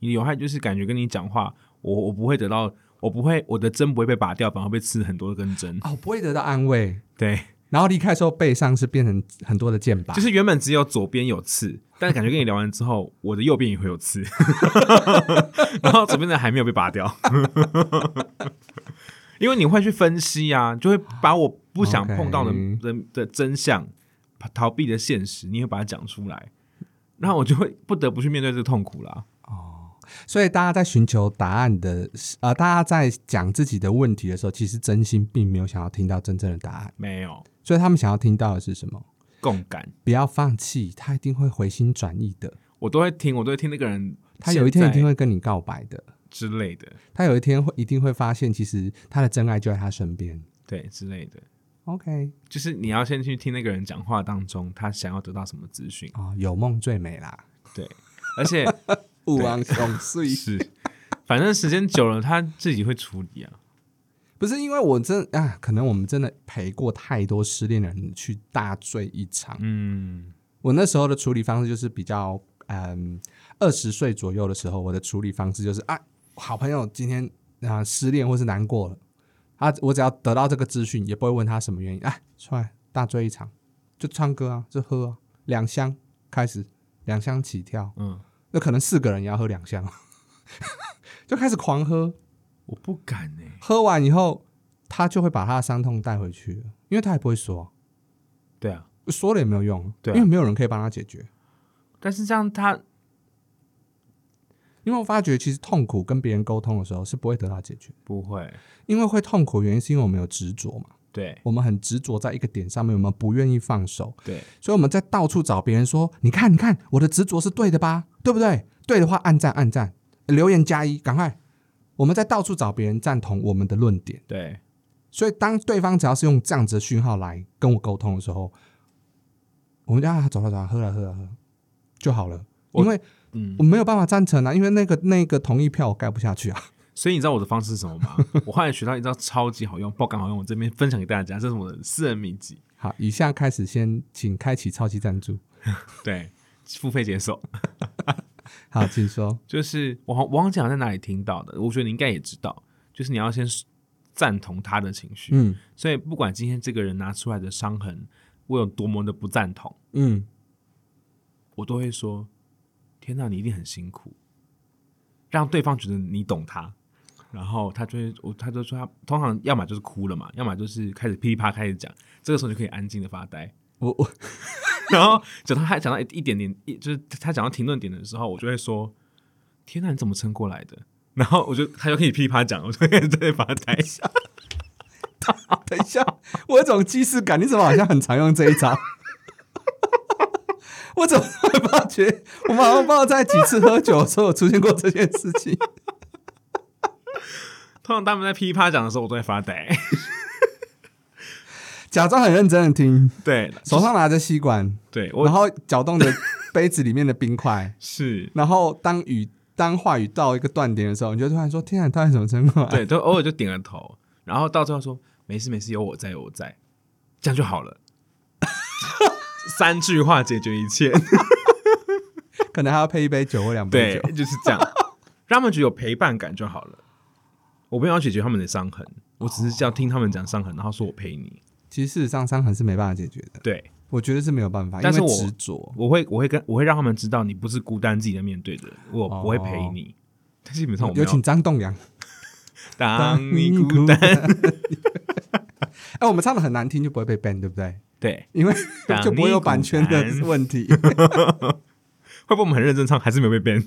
B: 你有害就是感觉跟你讲话，我我不会得到，我不会我的针不会被拔掉，反而被刺很多根针。
A: 哦，不会得到安慰。
B: 对，
A: 然后离开的时候背上是变成很多的箭靶，
B: 就是原本只有左边有 刺，但是感觉跟你聊完之后，我的右边也会有刺，然后左边的还没有被拔掉， 因为你会去分析啊，就会把我不想碰到的
A: OK
B: 人的真相，逃避的现实，你会把它讲出来，然后我就会不得不去面对这个痛苦啦。
A: 所以大家在寻求答案的时，呃，大家在讲自己的问题的时候，其实真心并没有想要听到真正的答案，
B: 没有
A: 所以他们想要听到的是什么？
B: 共感，
A: 不要放弃，他一定会回心转意的，
B: 我都会听，我都会听那个人，
A: 他有一天一定会跟你告白的，
B: 之类的，
A: 他有一天会一定会发现，其实他的真爱就在他身边。
B: 对之类的。
A: OK，
B: 就是你要先去听那个人讲话当中，他想要得到什么资讯，
A: 哦，有梦最美啦，
B: 对，而 且
A: 勿忘雄碎。
B: 是，反正时间久了，他自己会处理啊。
A: 不是因为我真啊，可能我们真的陪过太多失恋的人去大醉一场。
B: 嗯，
A: 我那时候的处理方式就是比较，嗯，二十岁左右的时候，我的处理方式就是啊，好朋友今天啊、失恋或是难过了，啊，我只要得到这个资讯，也不会问他什么原因，啊，出来大醉一场，就唱歌啊，就喝啊，两箱开始，两箱起跳，
B: 嗯，
A: 那可能四个人也要喝两箱， 就开始狂喝，
B: 我不敢欸呢、
A: 喝完以后，他就会把他的伤痛带回去了，因为他也不会说，
B: 对啊，
A: 说了也没有用，
B: 对啊
A: 因为没有人可以帮他解决。
B: 但是这样他
A: 因为我发觉，其实痛苦跟别人沟通的时候是不会得到解决，
B: 不会，
A: 因为会痛苦，原因是因为我们有执着嘛，
B: 对
A: 我们很执着在一个点上面，我们不愿意放手，
B: 对，
A: 所以我们在到处找别人说：“你看，你看，我的执着是对的吧？对不对？对的话，按赞按赞，留言加一，赶快！”我们在到处找别人赞同我们的论点，
B: 对，
A: 所以当对方只要是用这样子的讯号来跟我沟通的时候，我们就啊，走了走了，喝了喝了喝了就好了，
B: 我
A: 因为
B: 嗯，
A: 我没有办法赞成啊，因为那个那个同意票我盖不下去啊。
B: 所以你知道我的方式是什么吗？我后来学到一招超级好用，爆肝好用，我这边分享给大家，这是我的私人秘籍，
A: 好，以下开始先请开启超级赞助。
B: 对，付费解锁。
A: 好，请说。
B: 就是我好我忘记好像在哪里听到的，我觉得你应该也知道，就是你要先赞同他的情绪，
A: 嗯
B: 所以不管今天这个人拿出来的伤痕，我有多么的不赞同，
A: 嗯，
B: 我都会说：“天哪，你一定很辛苦。”让对方觉得你懂他，然后他就会，我他就说他通常要么就是哭了嘛，要么就是开始噼里啪啦开始讲，这个时候你就可以安静的发呆。
A: 我我
B: 然后讲到他讲到一一点点，一就是他讲到停顿点的时候，我就会说：“天哪，你怎么撑过来的？”然后我就他就可以噼里啪啦讲，我就开始在发呆。
A: 等一下，我有种既视感，你怎么好像很常用这一招？我怎么会发觉我们好像不知道在几次喝酒的时候有出现过这件事情？
B: 通常他们在噼里啪啦讲的时候，我都在发呆。
A: 假装很认真的听，
B: 对
A: 手上拿着吸管，
B: 对，
A: 然
B: 我
A: 后搅动着杯子里面的冰块，
B: 是
A: 然后当语当话语到一个断点的时候，你就突然说：“天啊，你到底怎么撑过来？”
B: 对，都偶尔就点个头，然后到最后说没事没事，有我在，有我在，这样就好了。 三句话解决一切，
A: 可能还要配一杯酒或两杯
B: 对
A: 酒。，
B: 就是这样，让他们觉得有陪伴感就好了。我不要解决他们的伤痕，我只是要听他们讲伤痕，然后说我陪你。
A: 其实事实上，伤痕是没办法解决的。
B: 对，
A: 我觉得是没有办法，
B: 但是
A: 因为
B: 我
A: 执着。
B: 我会我会跟我会让他们知道你不是孤单自己在面对的，我
A: 哦
B: 我会陪你。但基本上我没
A: 有请
B: 有。
A: 嗯张栋梁。
B: 当你孤单，
A: 哎、我们唱的很难听就不会被 ban，对不对？
B: 对，
A: 因为
B: 当
A: 就不会有
B: 你孤
A: 版权的
B: 单
A: 问题。
B: 会不会我们很认真唱，还是没有被 ban？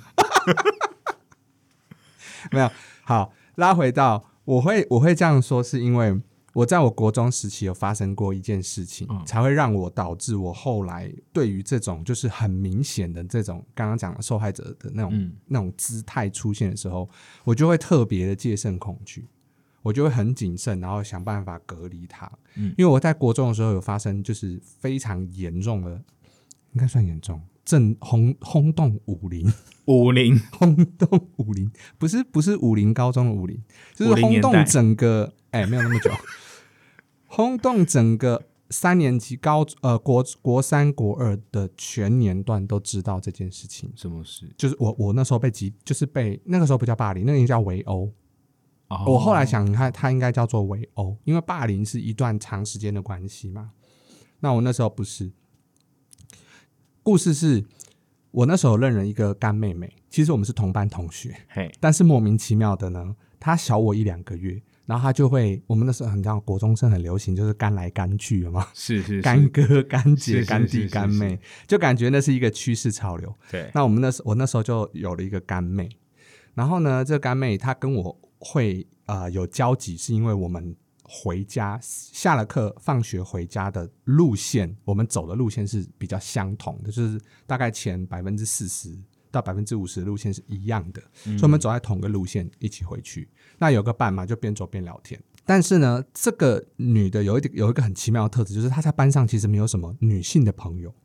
A: 没有。好，拉回到我会我会这样说，是因为我在我国中时期有发生过一件事情，
B: 嗯
A: 才会让我导致我后来对于这种就是很明显的这种刚刚讲的受害者的那种、
B: 嗯
A: 那种姿态出现的时候，我就会特别的戒慎恐惧。我就会很谨慎，然后想办法隔离他。
B: 嗯
A: 因为我在国中的时候有发生，就是非常严重的，应该算严重，震轰轰动武林。
B: 五零
A: 轰动武林， 不是不是武林高中的武林，就是
B: 武林
A: 轰
B: 年代
A: 动整个，哎、没有那么久，轰动整个三年级高呃国国三国二的全年段都知道这件事情，
B: 什么事？
A: 就是我我那时候被集，就是被那个时候不叫霸凌，那个应该叫围殴。
B: 哦
A: 我后来想，你看它应该叫做围殴，因为霸凌是一段长时间的关系嘛。那我那时候不是，故事是我那时候认了一个干妹妹，其实我们是同班同学，
B: 嘿，
A: 但是莫名其妙的呢，她小我一两个月，然后她就会，我们那时候很像国中生很流行，就是干来干去了嘛，
B: 是是
A: 干哥、干
B: 是
A: 姐、
B: 是
A: 干
B: 是是
A: 弟、干
B: 是
A: 妹，就感觉那是一个趋势潮流。
B: 对，
A: 那我们那时我那时候就有了一个干妹，然后呢，这个干妹她跟我会呃有交集，是因为我们回家下了课放学回家的路线，我们走的路线是比较相同的，就是大概前百分之四十到百分之五十的路线是一样的，所以我们走在同个路线一起回去。那有个伴嘛，就边走边聊天。但是呢，这个女的有一点有一个很奇妙的特质，就是她在班上其实没有什么女性的朋友。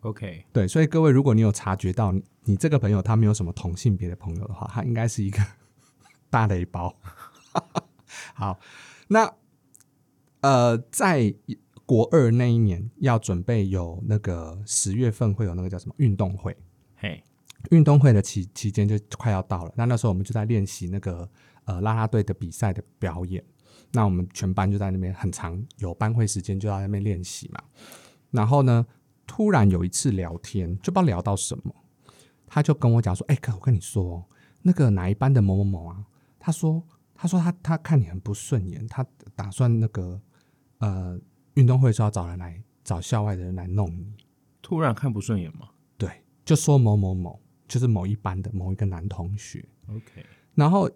B: OK，
A: 对，所以各位，如果你有察觉到你你这个朋友他没有什么同性别的朋友的话，他应该是一个 大雷包。好，那呃，在国二那一年要准备有那个十月份会有那个叫什么运动会，
B: 嘿，
A: 运动会的期期间就快要到了，那那时候我们就在练习那个呃啦啦队的比赛的表演。那我们全班就在那边很长，有班会时间就在那边练习嘛。然后呢，突然有一次聊天，就不知道聊到什么，他就跟我讲说：“哎、哥，我跟你说哦，那个哪一班的某某某啊，他说，他说他他看你很不顺眼，他打算那个呃运动会就要找人来找校外的人来弄你。”
B: 突然看不顺眼嘛
A: 对，就说某某某就是某一班的某一个男同学，
B: ？OK，
A: 然后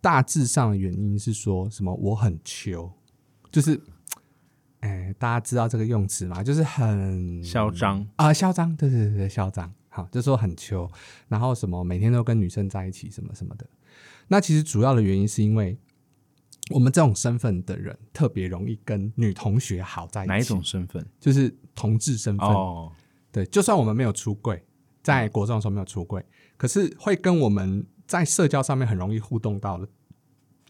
A: 大致上的原因是说什么我很秋，就是，哎，大家知道这个用词吗？就是很
B: 嚣张，
A: 啊，嚣张，对对对对，嚣张，好，就说很秋，然后什么每天都跟女生在一起，什么什么的。那其实主要的原因是因为我们这种身份的人特别容易跟女同学好在一起，
B: 哪一种身份？
A: 就是同志身份
B: 哦，
A: 对，就算我们没有出柜，在国中的时候没有出柜，可是会跟我们在社交上面很容易互动到的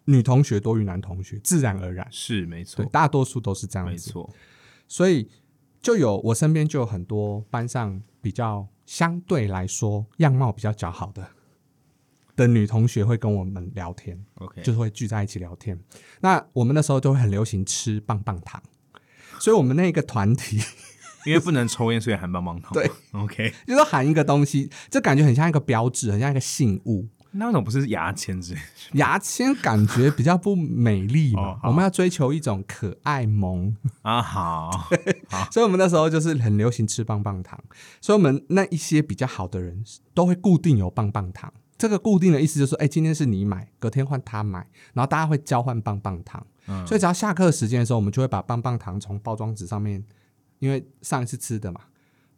A: 女同学多于男同学，自然而然，
B: 是没
A: 对，
B: 错，
A: 大多数都是这样
B: 没
A: 子。
B: 错，
A: 所以就有我身边就有很多班上比较相对来说样貌比较较好的的女同学会跟我们聊天，
B: OK，
A: 就是会聚在一起聊天。那我们那时候就会很流行吃棒棒糖，所以我们那个团体。
B: 因为不能抽烟，所以含棒棒 糖。
A: 对
B: ，OK，
A: 就是含一个东西，这感觉很像一个标志，很像一个信物。
B: 那种不是牙签子，
A: 牙签感觉比较不美丽
B: 哦
A: 嘛，
B: 好
A: 我们要追求一种可爱萌，
B: 啊，好，啊
A: 所以我们那时候就是很流行吃棒棒糖，所以我们那一些比较好的人都会固定有棒棒糖。这个固定的意思就是说，哎、今天是你买，隔天换他买，然后大家会交换棒棒糖。
B: 嗯
A: 所以只要下课时间的时候，我们就会把棒棒糖从包装纸上面，因为上一次吃的嘛，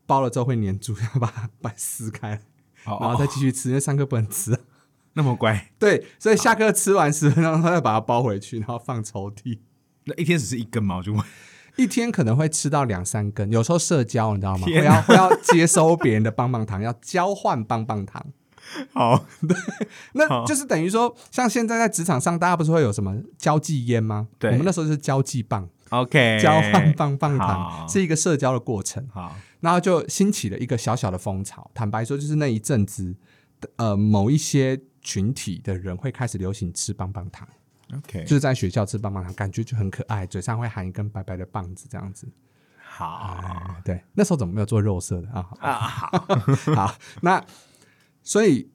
A: 包了之后会粘住，要把它 把它撕开来，
B: 好，
A: 然后
B: 哦
A: 再继续吃，因为上课不能吃啊。
B: 那么乖，
A: 对，所以下课吃完十分钟，他再把它包回去，然后放抽屉。
B: 那一天只是一根毛就问，
A: 一天可能会吃到两三根，有时候社交你知道吗？
B: 天
A: 会要会要接收别人的棒棒糖，要交换棒棒糖，
B: 好，好
A: 那就是等于说，像现在在职场上，大家不是会有什么交际烟吗？
B: 对
A: 我们那时候就是交际棒，
B: OK，
A: 交换棒棒
B: 好
A: 糖是一个社交的过程。
B: 好，
A: 然后就兴起了一个小小的风潮。坦白说，就是那一阵子，呃，某一些群体的人会开始流行吃棒棒糖。
B: OK，
A: 就是在学校吃棒棒糖，感觉就很可爱，嘴上会含一根白白的棒子这样子。
B: 好
A: 啊，对，那时候怎么没有做肉色的啊？
B: 啊，好，
A: 好，那所以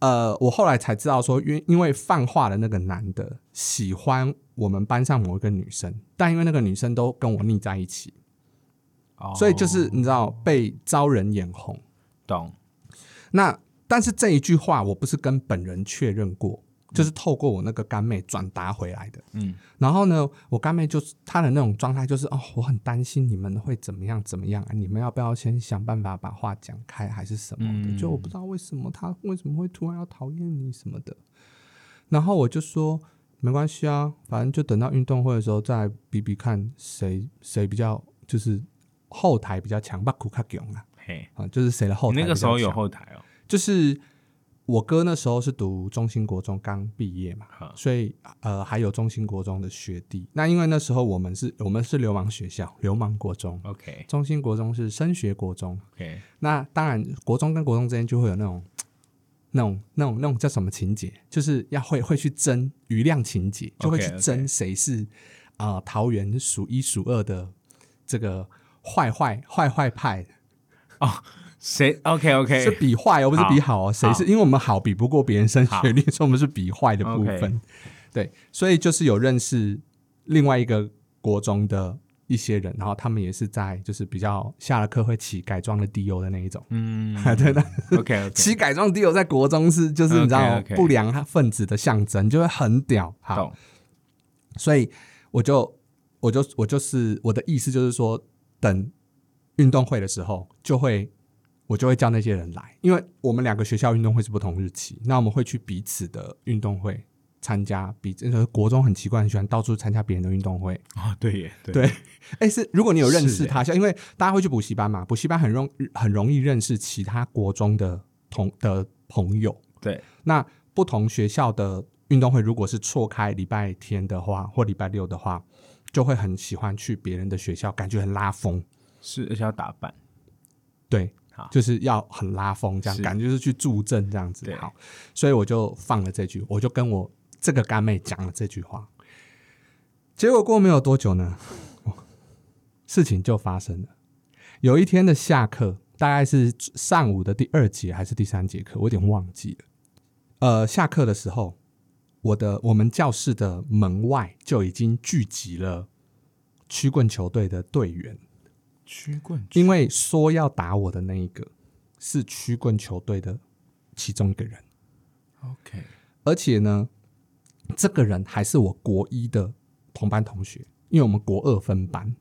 A: 呃，我后来才知道说，因因为放话的那个男的喜欢我们班上某一个女生，但因为那个女生都跟我腻在一起，
B: 哦
A: 所以就是你知道被招人眼红。
B: 懂，
A: 那但是这一句话我不是跟本人确认过，就是透过我那个干妹转达回来的。
B: 嗯，
A: 然后呢，我干妹就是她的那种状态，就是哦，我很担心你们会怎么样怎么样、啊，你们要不要先想办法把话讲开，还是什么的？
B: 嗯
A: 就我不知道为什么她为什么会突然要讨厌你什么的。然后我就说没关系啊，反正就等到运动会的时候再比比看谁谁比较就是后台比较强，把库卡囧啊
B: 嘿，
A: 啊，就是谁的后
B: 你
A: 台
B: 那个
A: 比
B: 时
A: 较
B: 候有
A: 强
B: 后台哦，
A: 就是我哥那时候是读中兴国中刚毕业嘛，
B: 好
A: 所以呃还有中兴国中的学弟。那因为那时候我们是我们是流氓学校，流氓国中，
B: ，OK
A: 中兴国中是升学国中。
B: OK，
A: 那当然，国中跟国中之间就会有那种、那种、那种、那种叫什么情节，就是要会会去争余量情节，就会去
B: OK，OK
A: 争谁是啊、呃桃园数一数二的这个坏坏坏坏派，
B: 谁 OK
A: 是
B: OK
A: 比坏哦，不是
B: 好
A: 比好哦，谁是因为我们好比不过别人升学率，所以我们是比坏的部
B: OK
A: 分。对，所以就是有认识另外一个国中的一些人，然后他们也是在就是比较下了课会起改装的 DO 的那一种。
B: 嗯
A: 对的，
B: OK OK
A: 其改装 D 友在国中是就是你知道
B: OK，OK
A: 不良分子的象征，就会很屌。好，
B: 懂
A: 所以我就我就我就是我的意思就是说，等运动会的时候就会。我就会叫那些人来，因为我们两个学校运动会是不同日期，那我们会去彼此的运动会参加，彼此就是国中很奇怪，很喜欢到处参加别人的运动会，
B: 哦，对耶，对
A: 对， 哎、是如果你有认
B: 是
A: 识他，像因为大家会去补习班嘛，补习班很容很容易认识其他国中的同的朋友。
B: 对，
A: 那不同学校的运动会如果是错开礼拜天的话，或礼拜六的话，就会很喜欢去别人的学校，感觉很拉风。
B: 是而且要打扮，
A: 对
B: 好，
A: 就是要很拉风，这样
B: 是
A: 感觉就是去助阵这样子
B: 对。
A: 好，所以我就放了这句，我就跟我这个干妹讲了这句话。结果过没有多久呢， 事情就发生了。有一天的下课，大概是上午的第二节还是第三节课，我有点忘记了。呃，下课的时候，我的我们教室的门外就已经聚集了曲棍球队的队员。
B: 曲棍
A: 因为说要打我的那一个是曲棍球队的其中一个人，
B: OK
A: 而且呢，这个人还是我国一的同班同学，因为我们国二分班，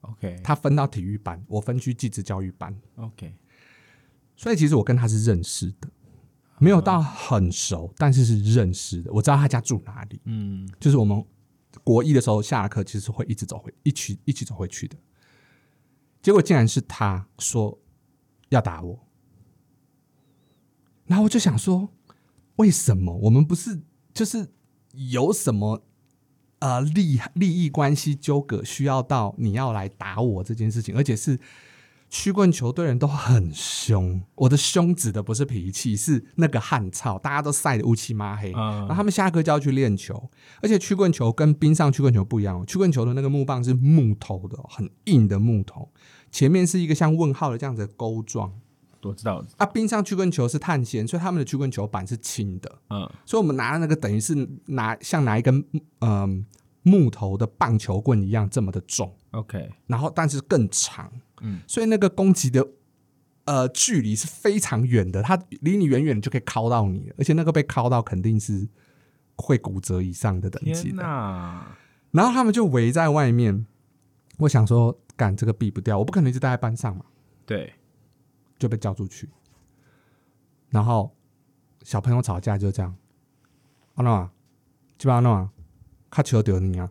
B: OK
A: 他分到体育班，我分去技职教育班，
B: OK
A: 所以其实我跟他是认识的，没有到很熟，但是是认识的。我知道他家住哪里，
B: 嗯
A: 就是我们国一的时候下了课，其实会一直走回一起一起走回去的。结果竟然是他说要打我，然后我就想说，为什么我们不是就是有什么呃利利益关系纠葛，需要到你要来打我这件事情，而且是。曲棍球队人都很凶，我的凶指的不是脾气，是那个汗臭，大家都晒得乌漆嘛黑。
B: 嗯
A: 然后他们下课就要去练球，而且曲棍球跟冰上曲棍球不一样、哦，曲棍球的那个木棒是木头的哦，很硬的木头，前面是一个像问号的这样子的钩状。
B: 我知道，
A: 啊，冰上曲棍球是碳纤，所以他们的曲棍球板是轻的，
B: 嗯
A: 所以我们拿的那个等于是拿像拿一根嗯、木头的棒球棍一样这么的重，
B: OK
A: 然后但是更长，
B: 嗯，
A: 所以那个攻击的呃距离是非常远的，它离你远远的就可以敲到你了，而且那个被敲到肯定是会骨折以上的等级
B: 天
A: 的。
B: 哪，
A: 然后他们就围在外面，我想说，干这个避不掉，我不可能一直待在班上嘛，
B: 对，
A: 就被叫出去。然后小朋友吵架就这样，安诺啊，基本安诺啊，他球丢你啊，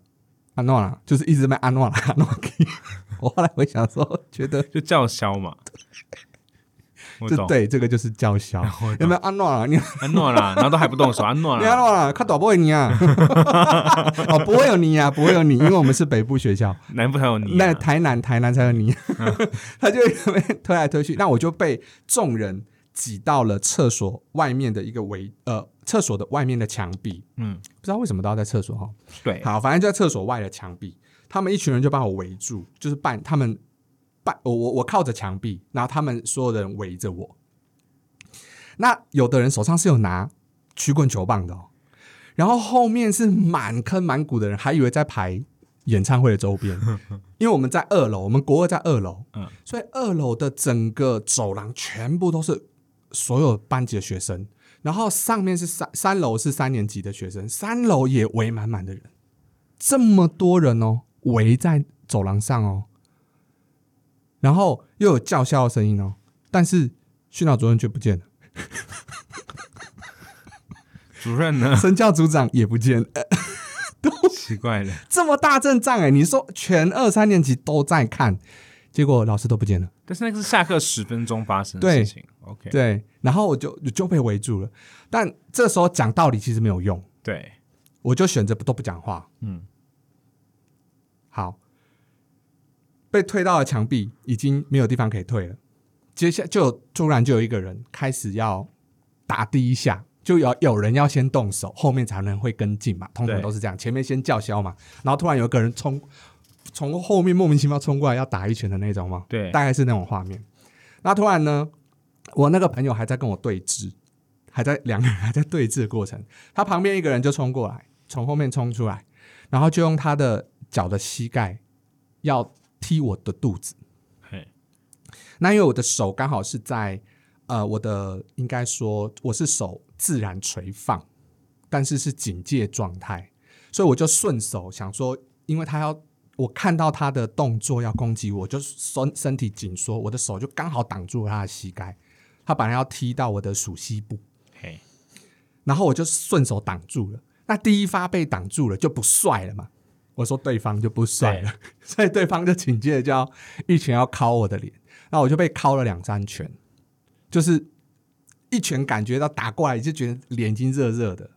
A: 安诺啦，就是一直被安诺啦， 安诺给。我后来回想说，觉得
B: 就叫嚣嘛，我
A: 这
B: 懂，
A: 对这个就是叫 嚣，有没有安诺啊？你
B: 安诺啦，然后都还不动手，安 诺
A: 你看
B: 啦，
A: 到了，看大不会你啊！ 哦，不会有你啊，不会有你，因为我们是北部学校，
B: 南部还有你啊，嗯
A: 那台南台南才有你， 他就一直被推来推去，那我就被众人挤到了厕所外面的一个围呃厕所的外面的墙壁，
B: 嗯，
A: 不知道为什么都要在厕所哈。
B: 对，
A: 好，反正就在厕所外的墙壁，他们一群人就把我围住，就是半他们半我我我靠着墙壁，然后他们所有的人围着我。那有的人手上是有拿曲棍球棒的、哦，然后后面是满坑满谷的人，还以为在排演唱会的周边，因为我们在二楼，我们国二在二楼，
B: 嗯
A: 所以二楼的整个走廊全部都是所有班级的学生，然后上面是三三楼是三年级的学生，三楼也围满满的人，这么多人哦，围在走廊上哦，然后又有叫嚣的声音哦，但是训导主任却不见了，
B: 主任呢？
A: 身教组长也不见了，呃
B: 奇怪了，
A: 这么大阵仗哎，你说全二三年级都在看，结果老师都不见了，
B: 但是那个是下课十分钟发生的事情。OK，
A: 对，然后我就就被围住了。但这时候讲道理其实没有用，
B: 对，
A: 我就选择不都不讲话。
B: 嗯，
A: 好，被推到了墙壁，已经没有地方可以退了。接下就有突然就有一个人开始要打第一下，就有有人要先动手，后面才能会跟进嘛。通常
B: 对
A: 都是这样，前面先叫嚣嘛，然后突然有一个人冲从后面莫名其妙冲过来要打一拳的那种嘛，
B: 对
A: 大概是那种画面。那突然呢，我那个朋友还在跟我对峙，还在两个人还在对峙的过程，他旁边一个人就冲过来，从后面冲出来，然后就用他的脚的膝盖要踢我的肚子。
B: 嘿，
A: 那因为我的手刚好是在呃，我的应该说我是手自然垂放，但是是警戒状态，所以我就顺手想说，因为他要我看到他的动作要攻击我，就身身体紧缩，我的手就刚好挡住了他的膝盖，他本来要踢到我的属膝部，
B: 嘿，
A: 然后我就顺手挡住了。那第一发被挡住了就不帅了嘛，我说对方就不帅了， 所以对方就紧接着就要一拳要敲我的脸，那我就被敲了两三拳，就是一拳感觉到打过来就觉得脸已经热热的，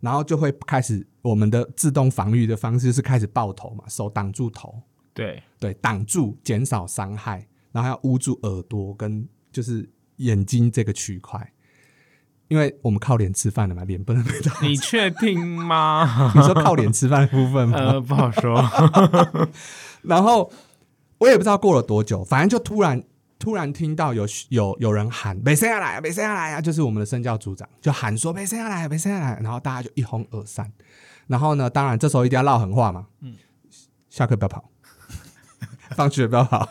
A: 然后就会开始我们的自动防御的方式是开始抱头嘛，手挡住头，
B: 对，
A: 对，挡住减少伤害，然后要捂住耳朵跟就是眼睛这个区块，因为我们靠脸吃饭的嘛，脸不能被打。
B: 你确定吗？
A: 你说靠脸吃饭的部分吗？
B: 呃，不 好说。
A: 然后我也不知道过了多久，反正就突然突然听到有有有人喊“北生下来啊，北生下来啊”，就是我们的身教组长就喊说“北生下来啊，北生下来啊”，然后大家就一哄而散。然后呢，当然这时候一定要唠狠话嘛，嗯，下课不要跑， 放学不要跑，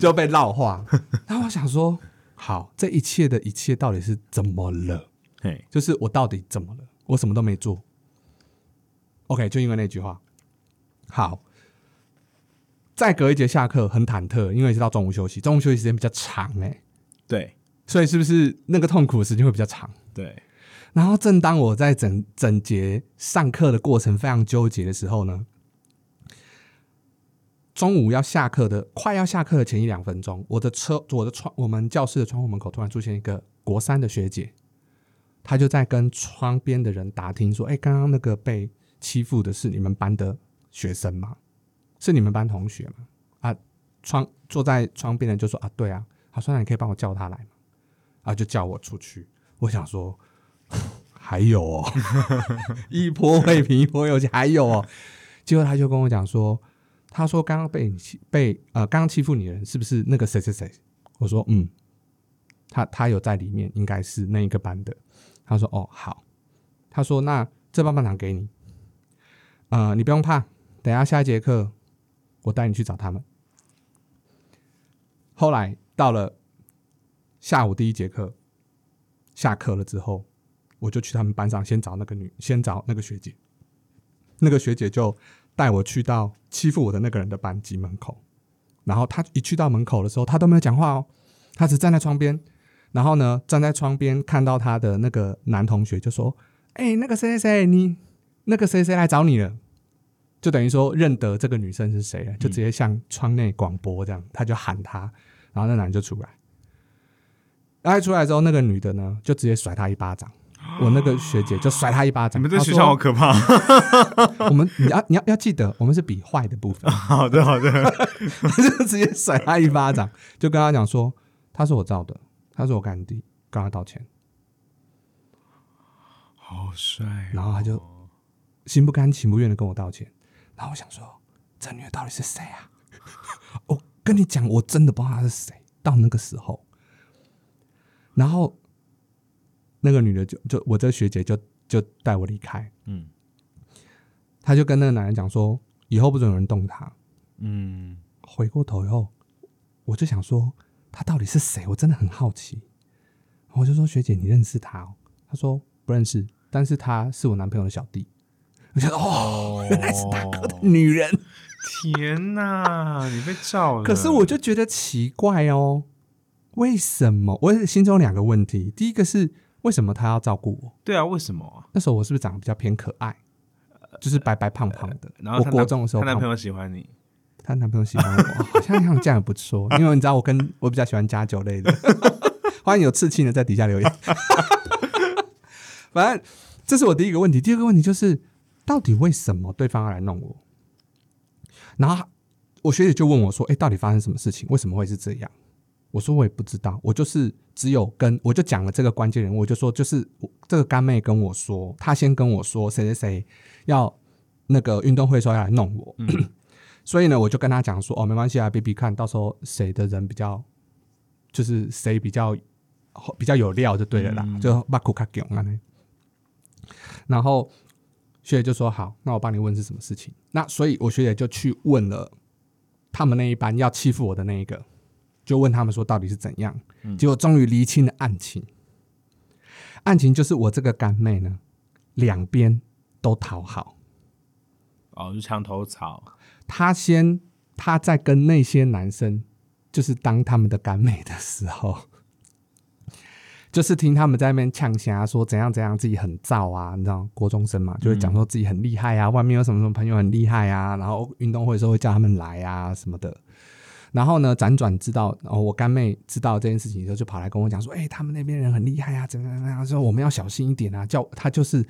A: 就被唠话。然后我想说，好，这一切的一切到底是怎么了？
B: 嘿，
A: 就是我到底怎么了？我什么都没做。OK，就因为那句话。好，再隔一节下课很忐忑，因为是到中午休息，中午休息时间比较长哎、
B: 对
A: 所以是不是那个痛苦的时间会比较长？
B: 对，
A: 然后正当我在整整节上课的过程非常纠结的时候呢，中午要下课的快要下课的前一两分钟，我的车我的窗我们教室的窗户门口突然出现一个国三的学姐，她就在跟窗边的人打听说：“哎，刚刚那个被欺负的是你们班的学生吗？是你们班同学吗？”啊，窗坐在窗边的就说：“啊，对啊。”她说：“那你可以帮我叫他来吗？”啊，就叫我出去。我想说，还有哦，一波未平一波又起，还有哦。结果他就跟我讲说，他说刚刚被你欺被呃刚刚欺负你的人是不是那个谁谁谁？我说嗯，他他有在里面，应该是那一个班的。他说哦好，他说那这棒棒糖给你，呃你不用怕，等一下下一节课我带你去找他们。后来到了下午第一节课，下课了之后，我就去他们班上先找那个女，先找那个学姐。那个学姐就带我去到欺负我的那个人的班级门口，然后她一去到门口的时候，她都没有讲话哦，她只站在窗边。然后呢，站在窗边看到她的那个男同学就说：“哎、那个谁谁谁，你那个谁谁来找你了。”就等于说认得这个女生是谁了，就直接向窗内广播这样，他就喊她，然后那男就出来。然后一出来之后，那个女的呢就直接甩他一巴掌，我那个学姐就甩他一巴
B: 你
A: 掌。
B: 们这
A: 她
B: 学
A: 说
B: 校好 可怕。
A: 我们你要你要要记得，我们是比坏的部分，
B: 好的好的，
A: 他就直接甩他一巴掌，就跟他讲说，他是我造的，他是我干弟，跟他道歉，
B: 好帅啊
A: 然后他就心不甘情不愿的跟我道歉，然后我想说，这女的到底是谁啊？ 我跟你讲，我真的不知道她是谁。到那个时候，然后那个女的就就我这学姐就就带我离开，
B: 嗯
A: 她就跟那个男人讲说，以后不准有人动她。
B: 嗯，
A: 回过头以后，我就想说他到底是谁，我真的很好奇。然后我就说学姐，你认识他、哦？她说不认识，但是他是我男朋友的小弟。我觉得哦，原来是大哥的 女人。
B: 嗯天哪，你被照了。
A: 可是我就觉得奇怪哦，为什么？我心中有两个问题，第一个是为什么他要照顾我？
B: 对啊，为什么啊？
A: 那时候我是不是长得比较偏可爱，就是白白胖胖的？
B: 呃然后
A: 我
B: 她
A: 国
B: 男
A: 中的时候
B: 她
A: 胖
B: 男朋友喜欢你，
A: 她男朋友喜欢我， 好像好像这样也不错，因为你知道我跟我比较喜欢加酒类的。 欢迎有刺青的在底下留言。 反正这是我第一个问题，第二个问题就是到底为什么对方要来弄我？然后我学姐就问我说：“哎、到底发生什么事情？为什么会是这样？”我说：“我也不知道，我就是只有跟我就讲了这个关键人物，我就说就是我这个干妹跟我说，她先跟我说谁谁谁要那个运动会说要来弄我，所以呢，我就跟她讲说哦，没关系啊，B B 看到时候谁的人比较，就是谁比较比较有料就对了啦，就把苦卡囧啊那。”然后学姐就说：“好，那我帮你问是什么事情。”那所以我学姐就去问了他们那一班要欺负我的那一个，就问他们说到底是怎样。结果终于厘清了案情。案情就是我这个干妹呢，两边都讨好。
B: 哦，就墙头草，
A: 她先，她在跟那些男生，就是当他们的干妹的时候， 就是听他们在那边呛虾，说怎样怎样自己很燥啊，你知道国中生嘛，就会讲说自己很厉害啊，外面有什么什么朋友很厉害啊，然后运动会的时候会叫他们来啊什么的。然后呢，辗转知道，哦，我干妹知道这件事情之后，就跑来跟我讲说，哎、他们那边人很厉害啊，怎么样怎么样，说我们要小心一点啊，叫他就是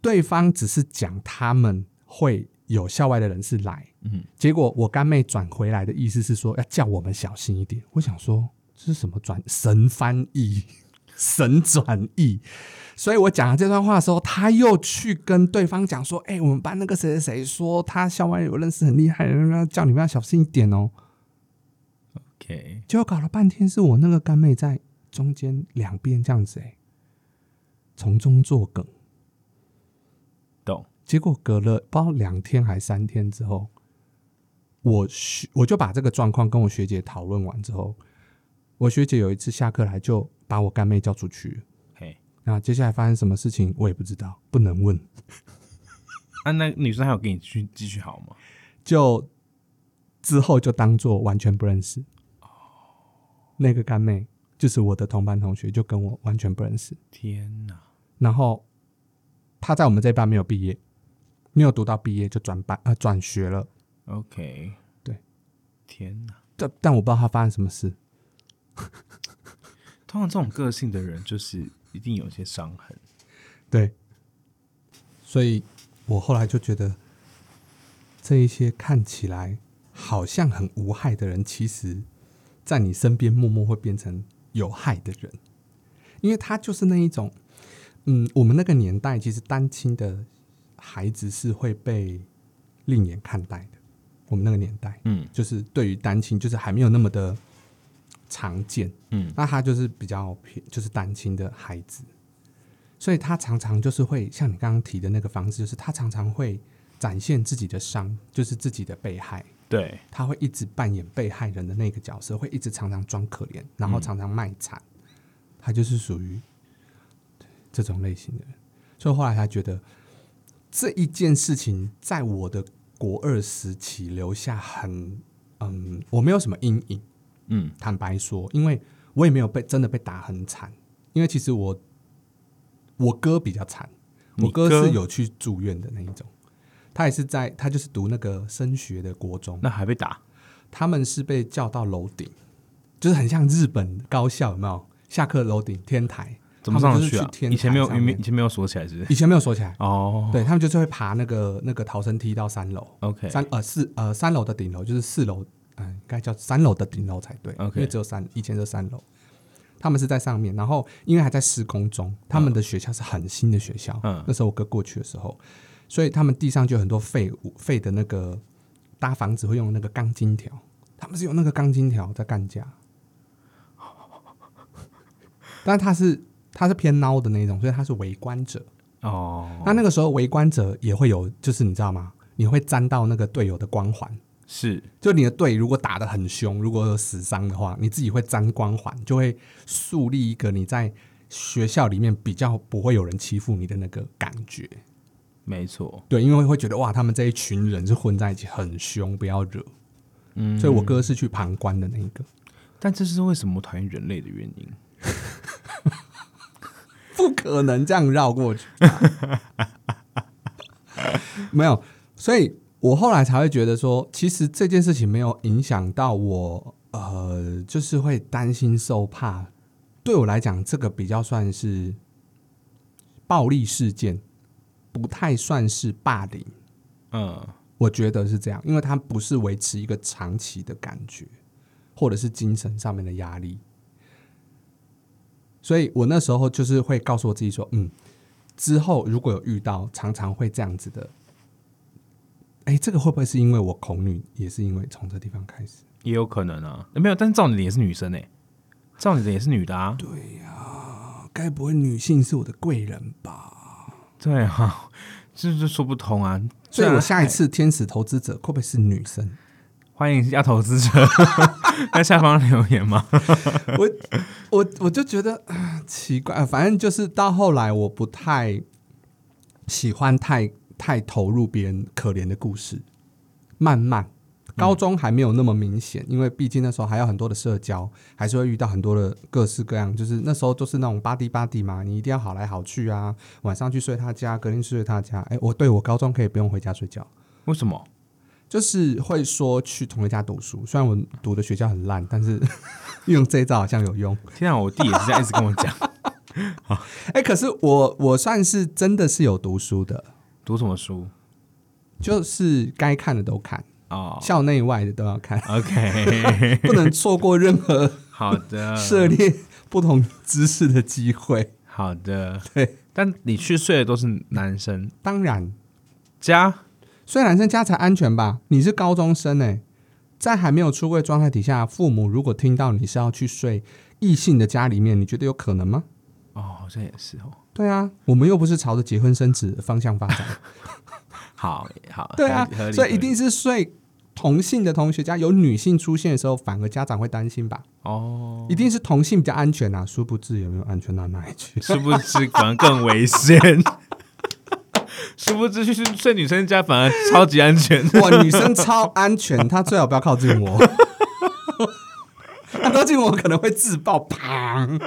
A: 对方只是讲他们会有校外的人士来，嗯，结果我干妹转回来的意思是说要叫我们小心一点。我想说这是什么转神翻译， 神转译。所以我讲了这段话的时候，他又去跟对方讲说：“哎、我们班那个谁谁谁说他校外有认识很厉害的人，要叫你们要小心一点哦。”
B: OK，
A: 结果搞了半天是我那个干妹在中间两边这样子、哎，从中作梗。
B: 懂，
A: 结果隔了不知道两天还三天之后，我学我就把这个状况跟我学姐讨论完之后，我学姐有一次下课来就把我干妹叫出去，
B: 嘿，
A: 那接下来发生什么事情我也不知道，不能问。
B: 啊，那女生还有跟你去继续好吗？
A: 就之后就当做完全不认识。那个干妹就是我的同班同学，就跟我完全不认识。
B: 天哪，
A: 然后她在我们这一班没有毕业，没有读到毕业就转班呃转学了。
B: OK，
A: 对，
B: 天哪！
A: 但但我不知道她发生什么事。
B: 通常这种个性的人，就是一定有一些伤痕。
A: 对，所以我后来就觉得，这一些看起来好像很无害的人，其实在你身边默默会变成有害的人，因为他就是那一种，嗯，我们那个年代其实单亲的孩子是会被另眼看待的，我们那个年代，
B: 嗯
A: 就是对于单亲，就是还没有那么的常见。
B: 嗯，
A: 那他就是比较偏，就是单亲的孩子，所以他常常就是会像你刚刚提的那个方式，就是他常常会展现自己的伤，就是自己的被害。
B: 对，
A: 他会一直扮演被害人的那个角色，会一直常常装可怜，然
B: 嗯
A: 后常常卖惨。他就是属于这种类型的人，所以后来他觉得这一件事情在我的国二时期留下很嗯，我没有什么阴影。
B: 嗯
A: 坦白说，因为我也没有被真的被打很惨，因为其实我我哥比较惨，
B: 你
A: 我哥
B: 哥
A: 是有去住院的那一种，他也是在他就是读那个升学的国中，
B: 那还被打，
A: 他们是被叫到楼顶，就是很像日本高校有没有？下课楼顶天台，
B: 怎么
A: 他
B: 上
A: 们
B: 得
A: 就是
B: 啊？
A: 天台
B: 以前没有，
A: 上
B: 以
A: 面
B: 前没有锁起来，是不是？
A: 以前没有锁起来，
B: 哦
A: 对他们就是会爬那个那个逃生梯到三楼。
B: ，OK，
A: 三呃四呃三楼的顶楼就是四楼，嗯、应该叫三楼的顶楼才对
B: OK
A: 因为只有三以前就三楼，他们是在上面，然后因为还在施工中，他们的学校是很新的学校，
B: 嗯
A: 那时候我哥过去的时候，所以他们地上就有很多废物废的那个搭房子会用那个钢筋条，他们是用那个钢筋条在干架， 但是他是他是偏孬的那种，所以他是围观者，
B: 哦，
A: 那那个时候围观者也会有，就是你知道吗？你会沾到那个队友的光环，
B: 是
A: 就你的队如果打得很凶，如果有死伤的话，你自己会沾光环，就会树立一个你在学校里面比较不会有人欺负你的那个感觉。
B: 没错，
A: 对，因为会觉得哇，他们这一群人是混在一起，很凶，不要惹。
B: 嗯，
A: 所以我哥是去旁观的那一个，
B: 但这是为什么我讨厌人类的原因。
A: 不可 能这样绕过去。没有，所以我后来才会觉得说，其实这件事情没有影响到我，呃，就是会担心受怕。对我来讲，这个比较算是暴力事件，不太算是霸凌。
B: 嗯，
A: 我觉得是这样，因为它不是维持一个长期的感觉，或者是精神上面的压力。所以我那时候就是会告诉我自己说，嗯，之后如果有遇到，常常会这样子的。哎，这个会不会是因为我恐女，也是因为从这地方开始？
B: 也有可能啊。没有，但是照你的也是女生哎、照你的也是女的啊。对
A: 哦该不会女性是我的贵人吧？
B: 对啊， 这就说不通啊。
A: 所以
B: 虽
A: 我
B: 然
A: 下一次天使投资者会不会是女生？
B: 欢迎要投资者 在下方留言吗？
A: 我我我就觉得啊奇怪，啊反正就是到后来我不太喜欢太太投入别人可怜的故事，慢慢。高中还没有那么明显，因为毕竟那时候还有很多的社交，还是会遇到很多的各式各样，就是那时候都是那种巴蒂巴蒂嘛，你一定要好来好去啊，晚上去睡他家，隔天去睡他家。哎、我对我高中可以不用回家睡觉，
B: 为什么？
A: 就是会说去同一家读书，虽然我读的学校很烂，但是 用这一招好像有用。
B: 天啊，我弟也是这样一直跟我讲，
A: 哎、可是我我算是真的是有读书的，
B: 读什么书
A: 就是该看的都看，
B: 哦
A: 校内外的都要看，
B: ？OK，
A: 不能错过任何
B: 好的，
A: 涉猎不同知识的机会。
B: 好的。
A: 对，
B: 但你去睡的都是男生
A: 当然，
B: 家，
A: 所以男生家才安全吧？你是高中生哎、在还没有出柜状态底下，父母如果听到你是要去睡异性的家里面，你觉得有可能吗？
B: 哦，好像也是哦。
A: 对啊，我们又不是朝着结婚生子的方向发 展。
B: 好好，
A: 对啊
B: 合理合，理
A: 所以
B: 合
A: 一
B: 理
A: 定是睡同性的同学家有女性出现的时候，反而家长会担心吧？
B: 哦，
A: 一定是同性比较安全啊，殊不知有没有安全到哪里去？
B: 殊不知反而更危 险。殊不知去睡睡女生家反而超级安 全。
A: 哇，女生超安全，她最好不要靠近我。 她靠近我可能会自爆，砰！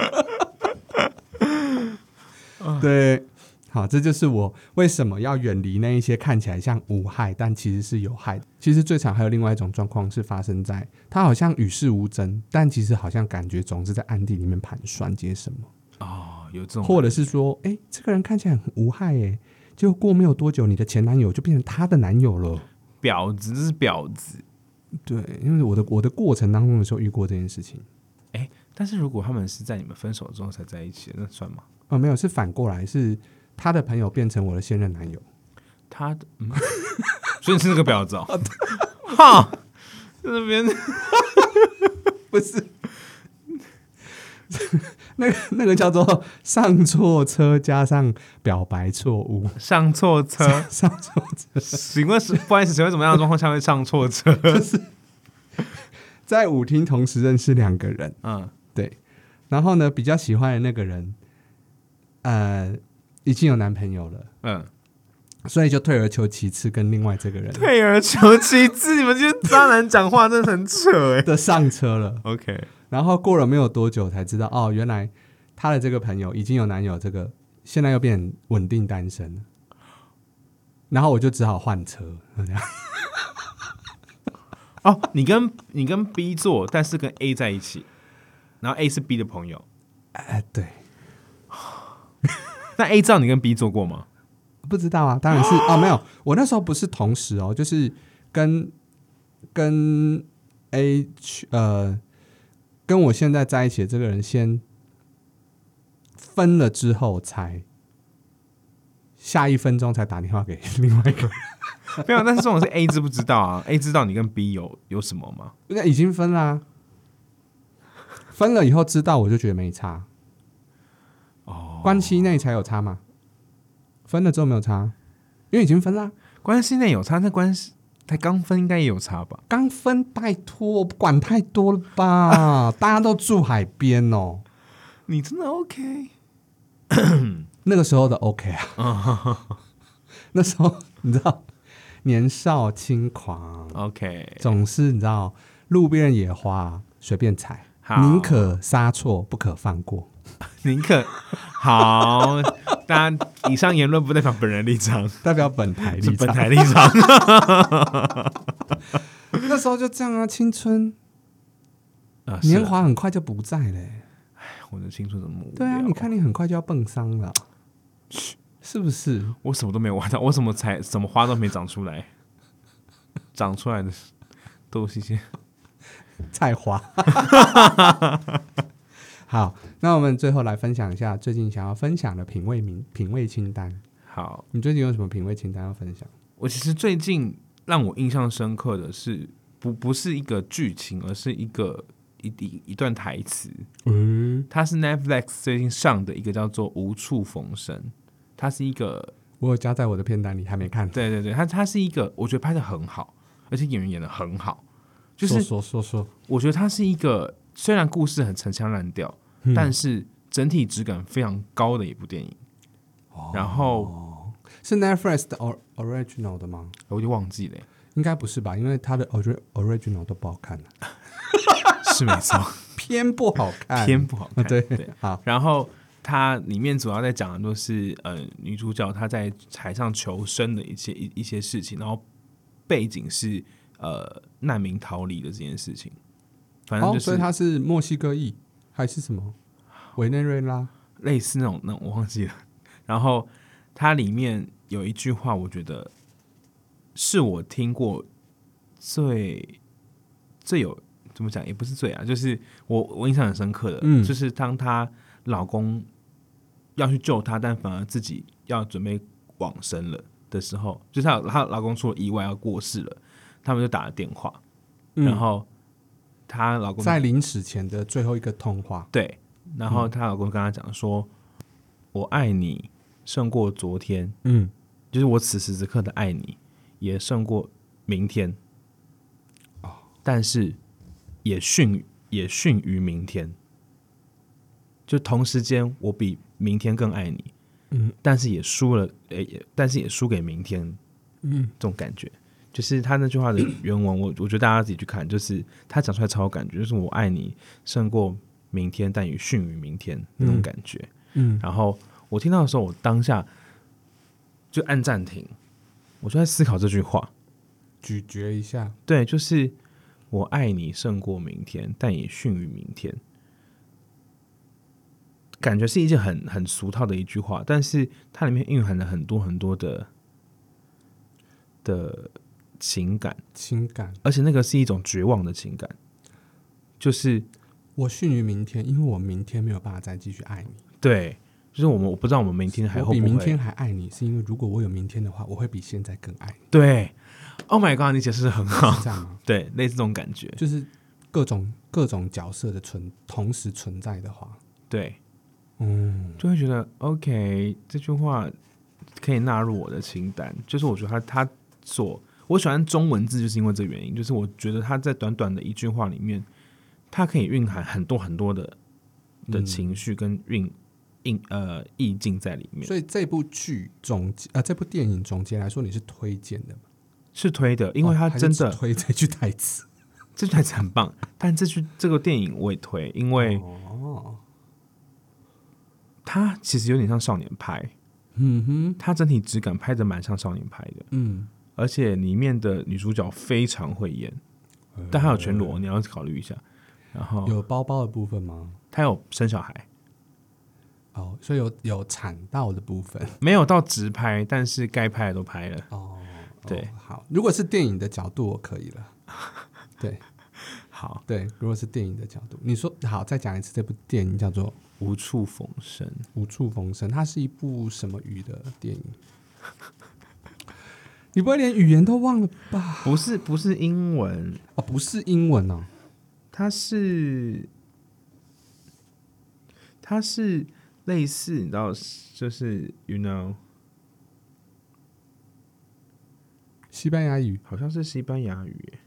A: 对，好，这就是我为什么要远离那一些看起来像无害，但其实是有害的。其实最常还有另外一种状况是发生在他好像与世无争，但其实好像感觉总是在暗地里面盘算些什么。
B: 哦，有这种
A: 或者是说，哎、这个人看起来很无害、诶，哎，结果过没有多久，你的前男友就变成他的男友了。
B: 婊子，这是婊子。
A: 对，因为我的我的过程当中的时候遇过这件事情，
B: 但是如果他们是在你们分手之后才在一起，那算吗？
A: 哦，没有，是反过来，是他的朋友变成我的现任男友。
B: 他的，嗯、 所以你是那个婊 子哦，哈，在那边
A: 不是， 那个那个叫做上错车加上表白错误，，
B: 上错车
A: 上错
B: 请问是不好意思，请问什么样的状况下会上错 车？
A: 在舞厅同时认识两个人，
B: 嗯，
A: 对，然后呢，比较喜欢的那个人，呃，已经有男朋友了。
B: 嗯，
A: 所以就退而求其次，跟另外这个人
B: 退而求其次，你们这些渣男讲话真的很扯哎、
A: 的上车了。
B: OK，
A: 然后过了没有多久才知道，哦，原来她的这个朋友已经有男友，这个现在又变稳定单身了。然后我就只好换车，这样
B: 哦，你跟你跟 B 做，但是跟 A 在一起，然后 A 是 B 的朋友，
A: 哎，对，
B: 那 A 知道你跟 B 做过吗？
A: 不知道啊，当然是哦，没有，我那时候不是同时哦，就是跟跟 A 去呃，跟我现在在一起的这个人先分了之后才。下一分钟才打电话给另外一个人，
B: 没有，但是这种是 A 知不知道啊？A 知道你跟 B 有有什么吗？
A: 那已经分啦、分了以后知道，我就觉得没差。
B: 哦，
A: 关系内才有差嘛，分了之后没有差，因为已经分啦、
B: 关系内有差，那关系才刚分应该也有差吧？
A: 刚分，拜托，管太多了 吧？大家都住海边哦。
B: 你真的 OK？
A: 那个时候的 OK 啊， 那时候你知道，年少轻狂，
B: OK，
A: 总是你知道，路边野花随便采，
B: 好
A: 宁可杀错，不可放过。
B: 宁可好，大家以上言论不代表本人立场，
A: 代表本台
B: 是
A: 立
B: 本
A: 场。
B: 台立场。
A: 那时候就这样啊，青春
B: 啊是啊
A: 年华很快就不在了欸、
B: 我的青春怎么那么无
A: 对啊，
B: 聊
A: 你看你很快就要蹦丧了，是不是？
B: 我什么都没有挖到，我什么才什么花都没长出来， 长出来的都是一些
A: 菜花。 好，那我们最后来分享一下最近想要分享的品味名品味清单。
B: 好。
A: 你最近有什么品味清单要分享？
B: 我其实最近让我印象深刻的是，不不是一个剧情，而是一个一一一段台词。
A: 嗯，
B: 它是 Netflix 最近上的一个叫做《无处逢生》，它是一个
A: 我有加在我的片单里，还没看。
B: 对对对，它它是一个我觉得拍的很好，而且演员演的很好，就是
A: 说说说说，
B: 我觉得它是一个虽然故事很陈腔滥调，
A: 嗯
B: 但是整体质感非常高的一部电影。然
A: 哦
B: 后
A: 是 Netflix 的 or- original 的吗？
B: 我就忘记了、
A: 应该不是吧，因为它的 ori- original 都不好看、啊、
B: 是没 错，
A: 偏不好看，
B: 偏不好
A: 啊
B: 看。
A: 对
B: 对，
A: 好，
B: 然后它里面主要在讲的都是呃女主角她在海上求生的一些一一些事情，然后背景是呃难民逃离的这件事情。反正
A: 哦，
B: 就
A: 所以
B: 是
A: 它是墨西哥裔还是什么？委内瑞拉？
B: 类似那种那种我忘记了。 然后它里面有一句话，我觉得是我听过最最有怎么讲，也不是最啊，就是我我印象很深刻的，
A: 嗯
B: 就是当她老公要去救她，但反而自己要准备往生了的时候，就是她她老公出了意外要过世了，他们就打了电话，然后她老公
A: 在临死前的最后一个通话，
B: 对，然后她老公跟她讲说：“我爱你胜过昨天，
A: 嗯，
B: 就是我此时此刻的爱你，也胜过明天。
A: 哦
B: 但是也逊也逊于明天。就同时间，我比明天更爱你，
A: 嗯，
B: 但是也输了，诶、也但是也输给明天，
A: 嗯，
B: 这种感觉。”就是他那句话的原文，我我觉得大家自己去看，就是他讲出来超有感觉，就是我爱你胜过明天，但也逊于明天那种感觉。
A: 嗯，
B: 然后我听到的时候，我当下就按暂停，我就在思考这句话。
A: 咀嚼一下，
B: 对，就是我爱你胜过明天，但也逊于明天。感觉是一件很很俗套的一句话，但是它里面蕴含了很多很多的的情感，
A: 情感。
B: 而且那个是一种绝望的情感，就是
A: 我逊于明天，因为我明天没有办法再继续爱你。
B: 对，就是我们我不知道我们明天还
A: 我
B: 会
A: 比
B: 不
A: 明
B: 会
A: 天还爱你，是因为如果我有明天的话，我会比现在更爱 你，
B: 对，Oh my god，你解释的很好，
A: 是这样吗？
B: 对，类似这种感觉，
A: 就是各种各种角色的存同时存在的话，
B: 对，
A: 嗯，
B: 就会觉得 OK，这句话可以纳入我的清单。就是我觉得他他所我喜欢中文字，就是因为这个原因，就是我觉得他在短短的一句话里面，它可以蕴含很多很多的的
A: 嗯
B: 情绪跟蕴印呃意境在里面。
A: 所以这部剧总结呃这部电影总结来说，你是推荐的吗，
B: 是推的，因为
A: 哦
B: 它
A: 还是
B: 真
A: 只
B: 的、
A: 推这句台 词。
B: 这句台词很棒，但这句这个电影我也推，因为
A: 哦，
B: 它其实有点像少年派，
A: 嗯哼，
B: 它整体质感拍的蛮像少年派的。
A: 嗯，
B: 而且里面的女主角非常会演，
A: 嗯
B: 但她有全裸，你要考虑一下。然后
A: 有包包的部分吗？
B: 她有生小孩，
A: 哦，所以有有产道的部分。
B: 没有到直拍，但是该拍的都拍了。
A: 哦，
B: 对
A: 哦好，如果是电影的角度，我可以 了。对
B: 好，
A: 对，如果是电影的角度，你说好，再讲一次，这部电影叫做《
B: 无处逢生，
A: 无处逢生》，它是一部什么语的电影？ 你不会连语言都忘了吧？
B: 不是不是英文，
A: 哦，不是英文哦，
B: 它是它是类似，你知道，就是 you know，
A: 西班牙语。
B: 好像是西班牙语耶，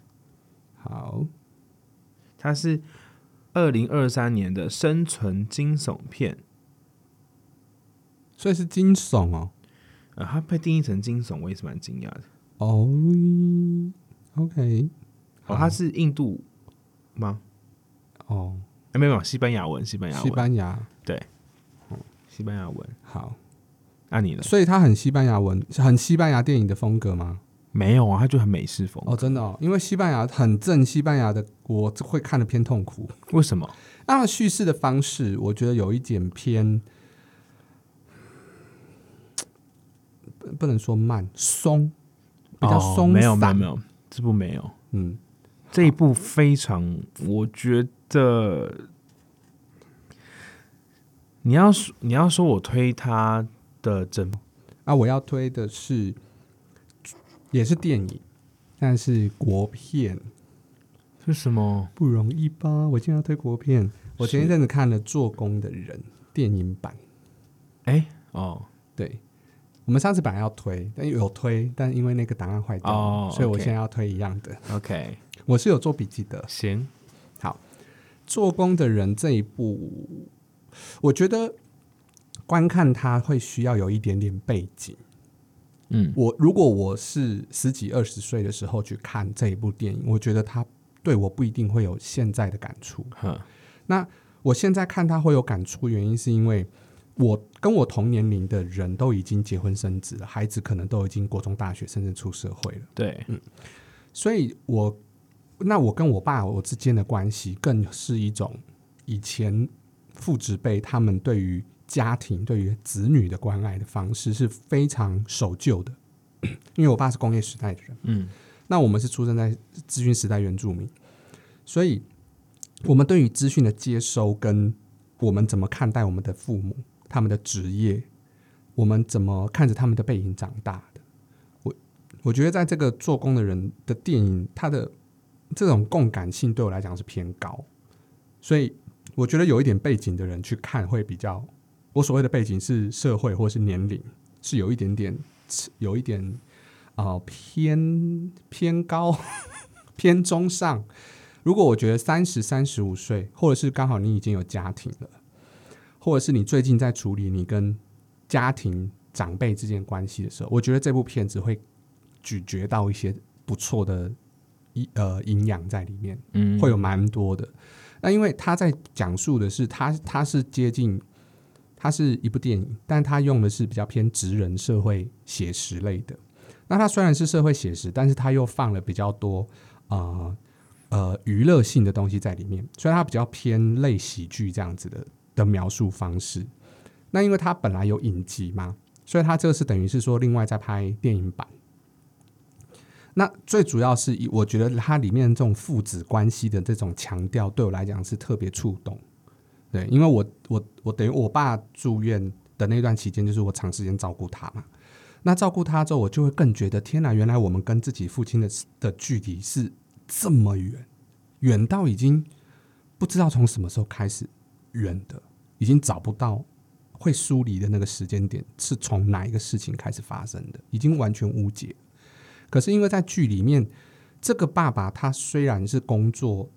A: 好，
B: 它是二零二三年的生存惊悚片。
A: 所以是惊悚哦。
B: 呃，它被定义成惊悚，我也是蛮惊讶的。
A: 哦，OK，
B: 哦，它是印度吗？
A: 哦，
B: 哎，没有，没有西班牙文，西班牙文，
A: 西班牙，
B: 对，西班牙文。
A: 好，
B: 那、你呢？
A: 所以它很西班牙文，很西班牙电影的风格吗？
B: 没有啊，它就很美式风。
A: 哦，真的哦，因为西班牙很正，西班牙的我会看的偏痛苦。
B: 为什么？
A: 那叙事的方式，我觉得有一点偏，不不能说慢，松，比较
B: 哦
A: 松散。
B: 没有没有没有，这部没有，
A: 嗯，
B: 这一部非常，我觉得你要说你要说我推它的整
A: 啊，我要推的是，也是电影，但是国片
B: 是什么？
A: 不容易吧？我今天要推国片，我前一
B: 是
A: 阵子看了《做工的人》电影版，
B: 哎、哦，
A: 对。我们上次本来要推，但有推，但因为那个档案坏掉了
B: 哦
A: 所以我
B: OK
A: 现在要推一样的。
B: OK，
A: 我是有做笔记的，
B: 行，
A: 做工的人这一部，我觉得观看它会需要有一点点背景。
B: 嗯，
A: 我如果我是十几二十岁的时候去看这一部电影，我觉得它对我不一定会有现在的感触。
B: 哼，
A: 我现在看它会有感触，原因是因为我跟我同年龄的人都已经结婚生子了，孩子可能都已经国中、大学，甚至出社会了。
B: 对，
A: 所以我那我跟我爸我之间的关系，更是一种以前父执辈他们对于家庭、对于子女的关爱的方式是非常守旧的， 因为我爸是工业时代的人，
B: 嗯，
A: 那我们是出生在资讯时代原住民，所以我们对于资讯的接收跟我们怎么看待我们的父母、他们的职业，我们怎么看着他们的背影长大的，我我觉得在这个做工的人的电影，它的这种共感性对我来讲是偏高，所以我觉得有一点背景的人去看会比较，我所谓的背景是社会或是年龄，是有一点点有一点啊、呃偏偏高 偏中上。如果我觉得三十三十五岁，或者是刚好你已经有家庭了，或者是你最近在处理你跟家庭长辈之间的关系的时候，我觉得这部片子会咀嚼到一些不错的一呃营养在里面。
B: 嗯，
A: 会有蛮多的。那因为他在讲述的是他他是接近，它是一部电影，但他用的是比较偏职人社会写实类的。那它虽然是社会写实，但是它又放了比较多呃呃娱乐性的东西在里面，所以它比较偏类喜剧这样子的的描述方式。那因为它本来有影集嘛，所以它这个是等于是说另外再拍电影版。那最主要是以我觉得它里面这种父子关系的这种强调，对我来讲是特别触动。对，因为我我我等于我爸住院的那段期间，就是我长时间照顾他嘛。那照顾他之后，我就会更觉得天哪，原来我们跟自己父亲的的距离是这么远，远到已经不知道从什么时候开始远的，已经找不到会疏离的那个时间点是从哪一个事情开始发生的，已经完全无解。可是因为在剧里面，这个爸爸他虽然是工作，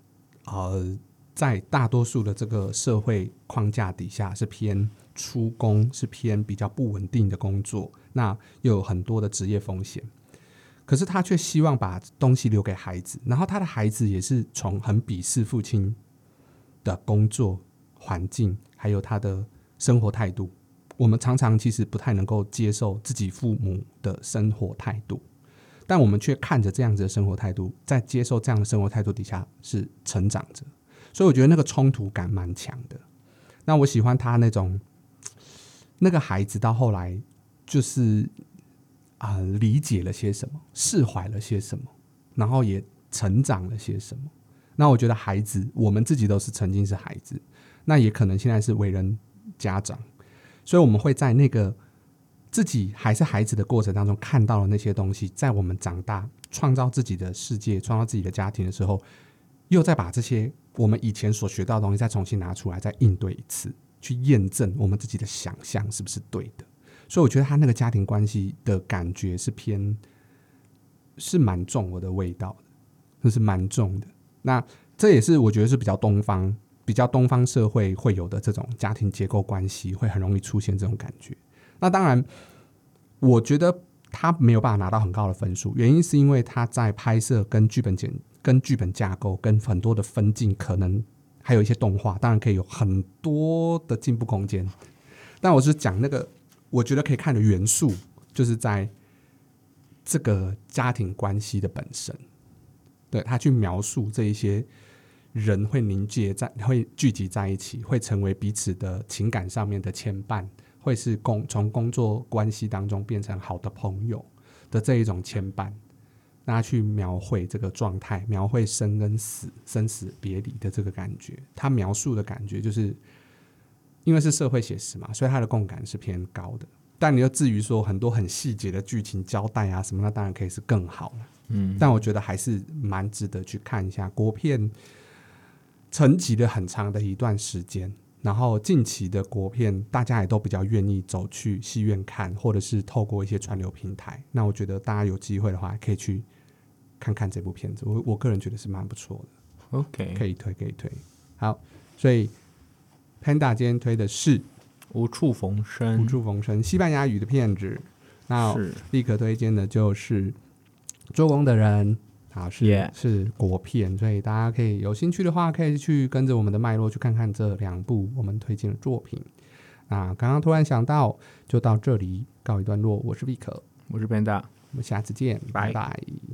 A: 呃，在大多数的这个社会框架底下是偏出工，是偏比较不稳定的工作，那又有很多的职业风险。可是他却希望把东西留给孩子，然后他的孩子也是从很鄙视父亲的工作环境，还有他的生活态度。我们常常其实不太能够接受自己父母的生活态度，但我们却看着这样子的生活态度，在接受这样的生活态度底下是成长着，所以我觉得那个冲突感蛮强的。那我喜欢他那种，那个孩子到后来就是啊、理解了些什么，释怀了些什么，然后也成长了些什么。那我觉得孩子，我们自己都是曾经是孩子，那也可能现在是为人家长，所以我们会在那个自己还是孩子的过程当中看到了那些东西，在我们长大创造自己的世界、创造自己的家庭的时候，又再把这些我们以前所学到的东西再重新拿出来，再应对一次，去验证我们自己的想象是不是对的。所以我觉得他那个家庭关系的感觉是偏，是蛮重我的味道的，就是蛮重的。那这也是我觉得是比较东方、比较东方社会会有的这种家庭结构关系，会很容易出现这种感觉。那当然，我觉得他没有办法拿到很高的分数，原因是因为他在拍摄跟剧本简、跟剧本架构、跟很多的分镜，可能还有一些动画，当然可以有很多的进步空间。但我是讲那个我觉得可以看的元素，就是在这个家庭关系的本身，对他去描述这一些人会凝结在、会聚集在一起，会成为彼此的情感上面的牵绊，会是工从工作关系当中变成好的朋友的这一种牵绊。那他去描绘这个状态，描绘生跟死、生死别离的这个感觉。他描述的感觉就是，因为是社会写实嘛，所以他的共感是偏高的。但你要至于说很多很细节的剧情交代啊什么，那当然可以是更好了。嗯，但我觉得还是蛮值得去看一下国片，沉寂了很长的一段时间。然后近期的国片，大家也都比较愿意走去戏院看，或者是透过一些串流平台。那我觉得大家有机会的话，可以去看看这部片子。我我个人觉得是蛮不错的。可
B: ，OK，
A: 以推，可以推。好，所以 Panda 今天推的是《
B: 无处逢
A: 无
B: 生，
A: 处逢生》西班牙语的片子。那
B: 是
A: 立刻推荐的就是《做工的人》，好是
B: Yeah
A: 是国片，所以大家可以有兴趣的话，可以去跟着我们的脉络去看看这两部我们推荐的作品。那刚刚突然想到，就到这里告一段落。我是 Vic，
B: 我是 Panda。
A: 我们下次见，拜
B: 拜
A: 拜